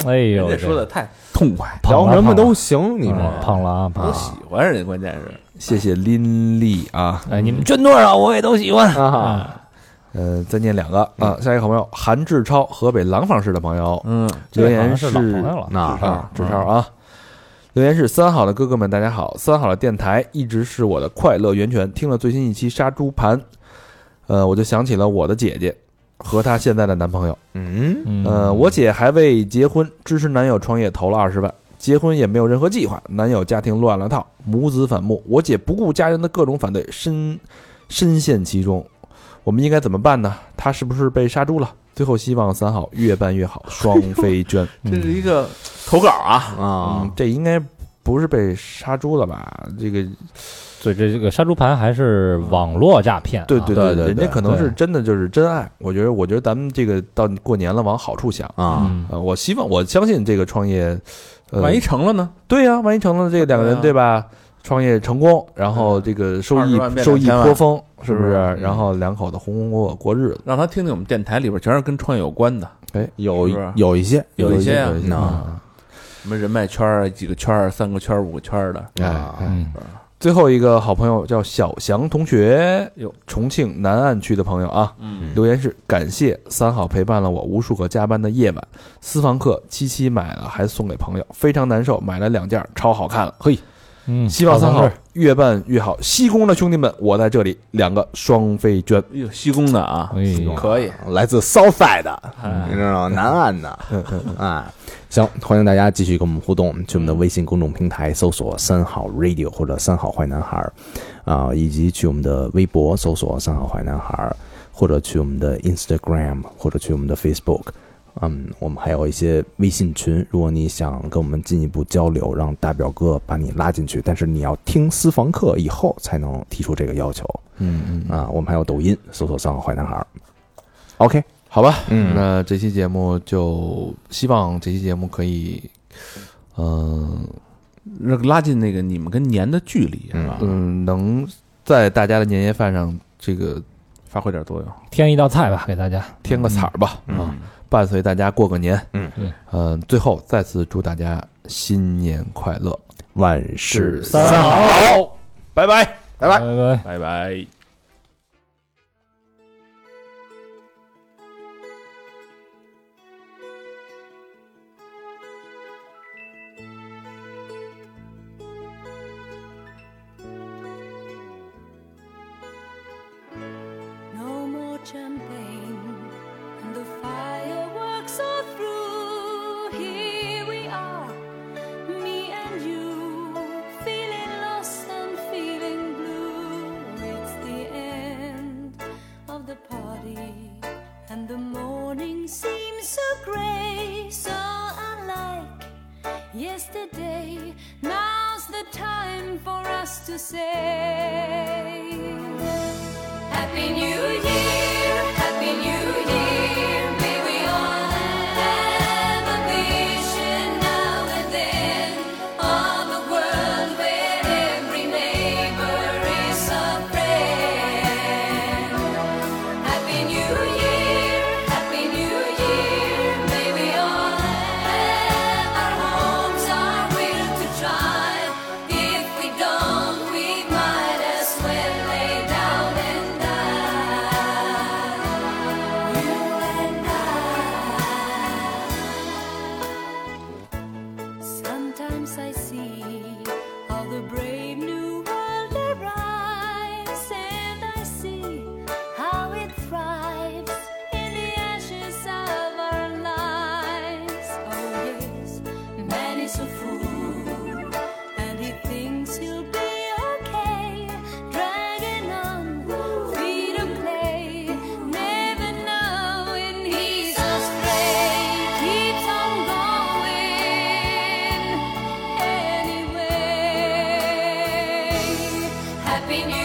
哎呦，人家说的太痛快，胖聊了什么都行，你你说胖了啊，胖都了！喜欢人家，关键是谢谢林丽啊，哎，你们捐多少我也都喜欢啊？啊！呃，再念两个啊，下一个好朋友韩志超，河北廊坊市的朋友，嗯，留言这好像是老朋友了，那啊，志超啊。留言是三好的哥哥们，大家好！三好的电台一直是我的快乐源泉。听了最新一期杀猪盘，呃，我就想起了我的姐姐和她现在的男朋友。嗯，嗯呃，我姐还未结婚，支持男友创业，投了二十万。结婚也没有任何计划，男友家庭乱了套，母子反目。我姐不顾家人的各种反对，深深陷其中。我们应该怎么办呢？她是不是被杀猪了？最后希望三好越办越好，双 飞娟。这是一个投稿啊，啊嗯，，这应该不是被杀猪了吧？这个，啊所以这这个杀猪盘还是网络诈骗啊，对对对对人家对可能是对真的就是真爱。我觉得，我觉得咱们这个到过年了，往好处想。啊，嗯呃，我希望，我相信这个创业，呃，万一成了呢？对呀、万一成了这个两个人对啊对吧？创业成功，然后这个收益20万变收益2000万颇丰，是不是嗯？然后两口子红红火火过日子，让他听听我们电台里边全是跟创业有关的，有是不是有一些有一些啊有一些嗯啊。什么人脉圈儿啊，几个圈儿、三个圈儿、五个圈儿的，啊，嗯，最后一个好朋友叫小翔同学哟，重庆南岸区的朋友啊，嗯，留言是感谢三好陪伴了我无数个加班的夜晚，私房课七七买了还送给朋友，非常难受，买了两件儿超好看了，嘿，嗯，希望三好好同志越办越好，西工的兄弟们，我在这里，两个双飞捐，哎呦，西工的啊，哎呦可以，来自 Southside 的，哎你知道吗？南岸的，哎，行，欢迎大家继续跟我们互动，去我们的微信公众平台搜索“三好 radio” 或者“三好坏男孩”，儿”，啊，以及去我们的微博搜索“三好坏男孩”，儿”，或者去我们的 Instagram，或者去我们的 Facebook。嗯，我们还有一些微信群，如果你想跟我们进一步交流，让大表哥把你拉进去，但是你要听私房课以后才能提出这个要求嗯嗯啊。我们还有抖音，搜索“三好坏男孩”。儿” OK，好吧，嗯那这期节目就希望这期节目可以，嗯、让拉近那个你们跟年的距离，啊是吧？嗯，能在大家的年夜饭上这个发挥点作用，添一道菜吧，给大家。添个彩儿吧，啊，伴随大家过个年，嗯对嗯、最后再次祝大家新年快乐，万事三好，拜拜。拜拜拜拜。拜拜。 No more champagne, and the fireworks are through. Here we are, me and you, feeling lost and feeling blue. It's the end of the party, and the morning seems so grey, so unlike yesterday. Now's the time for us to say. Happy New Year, Happy New Oh, we knew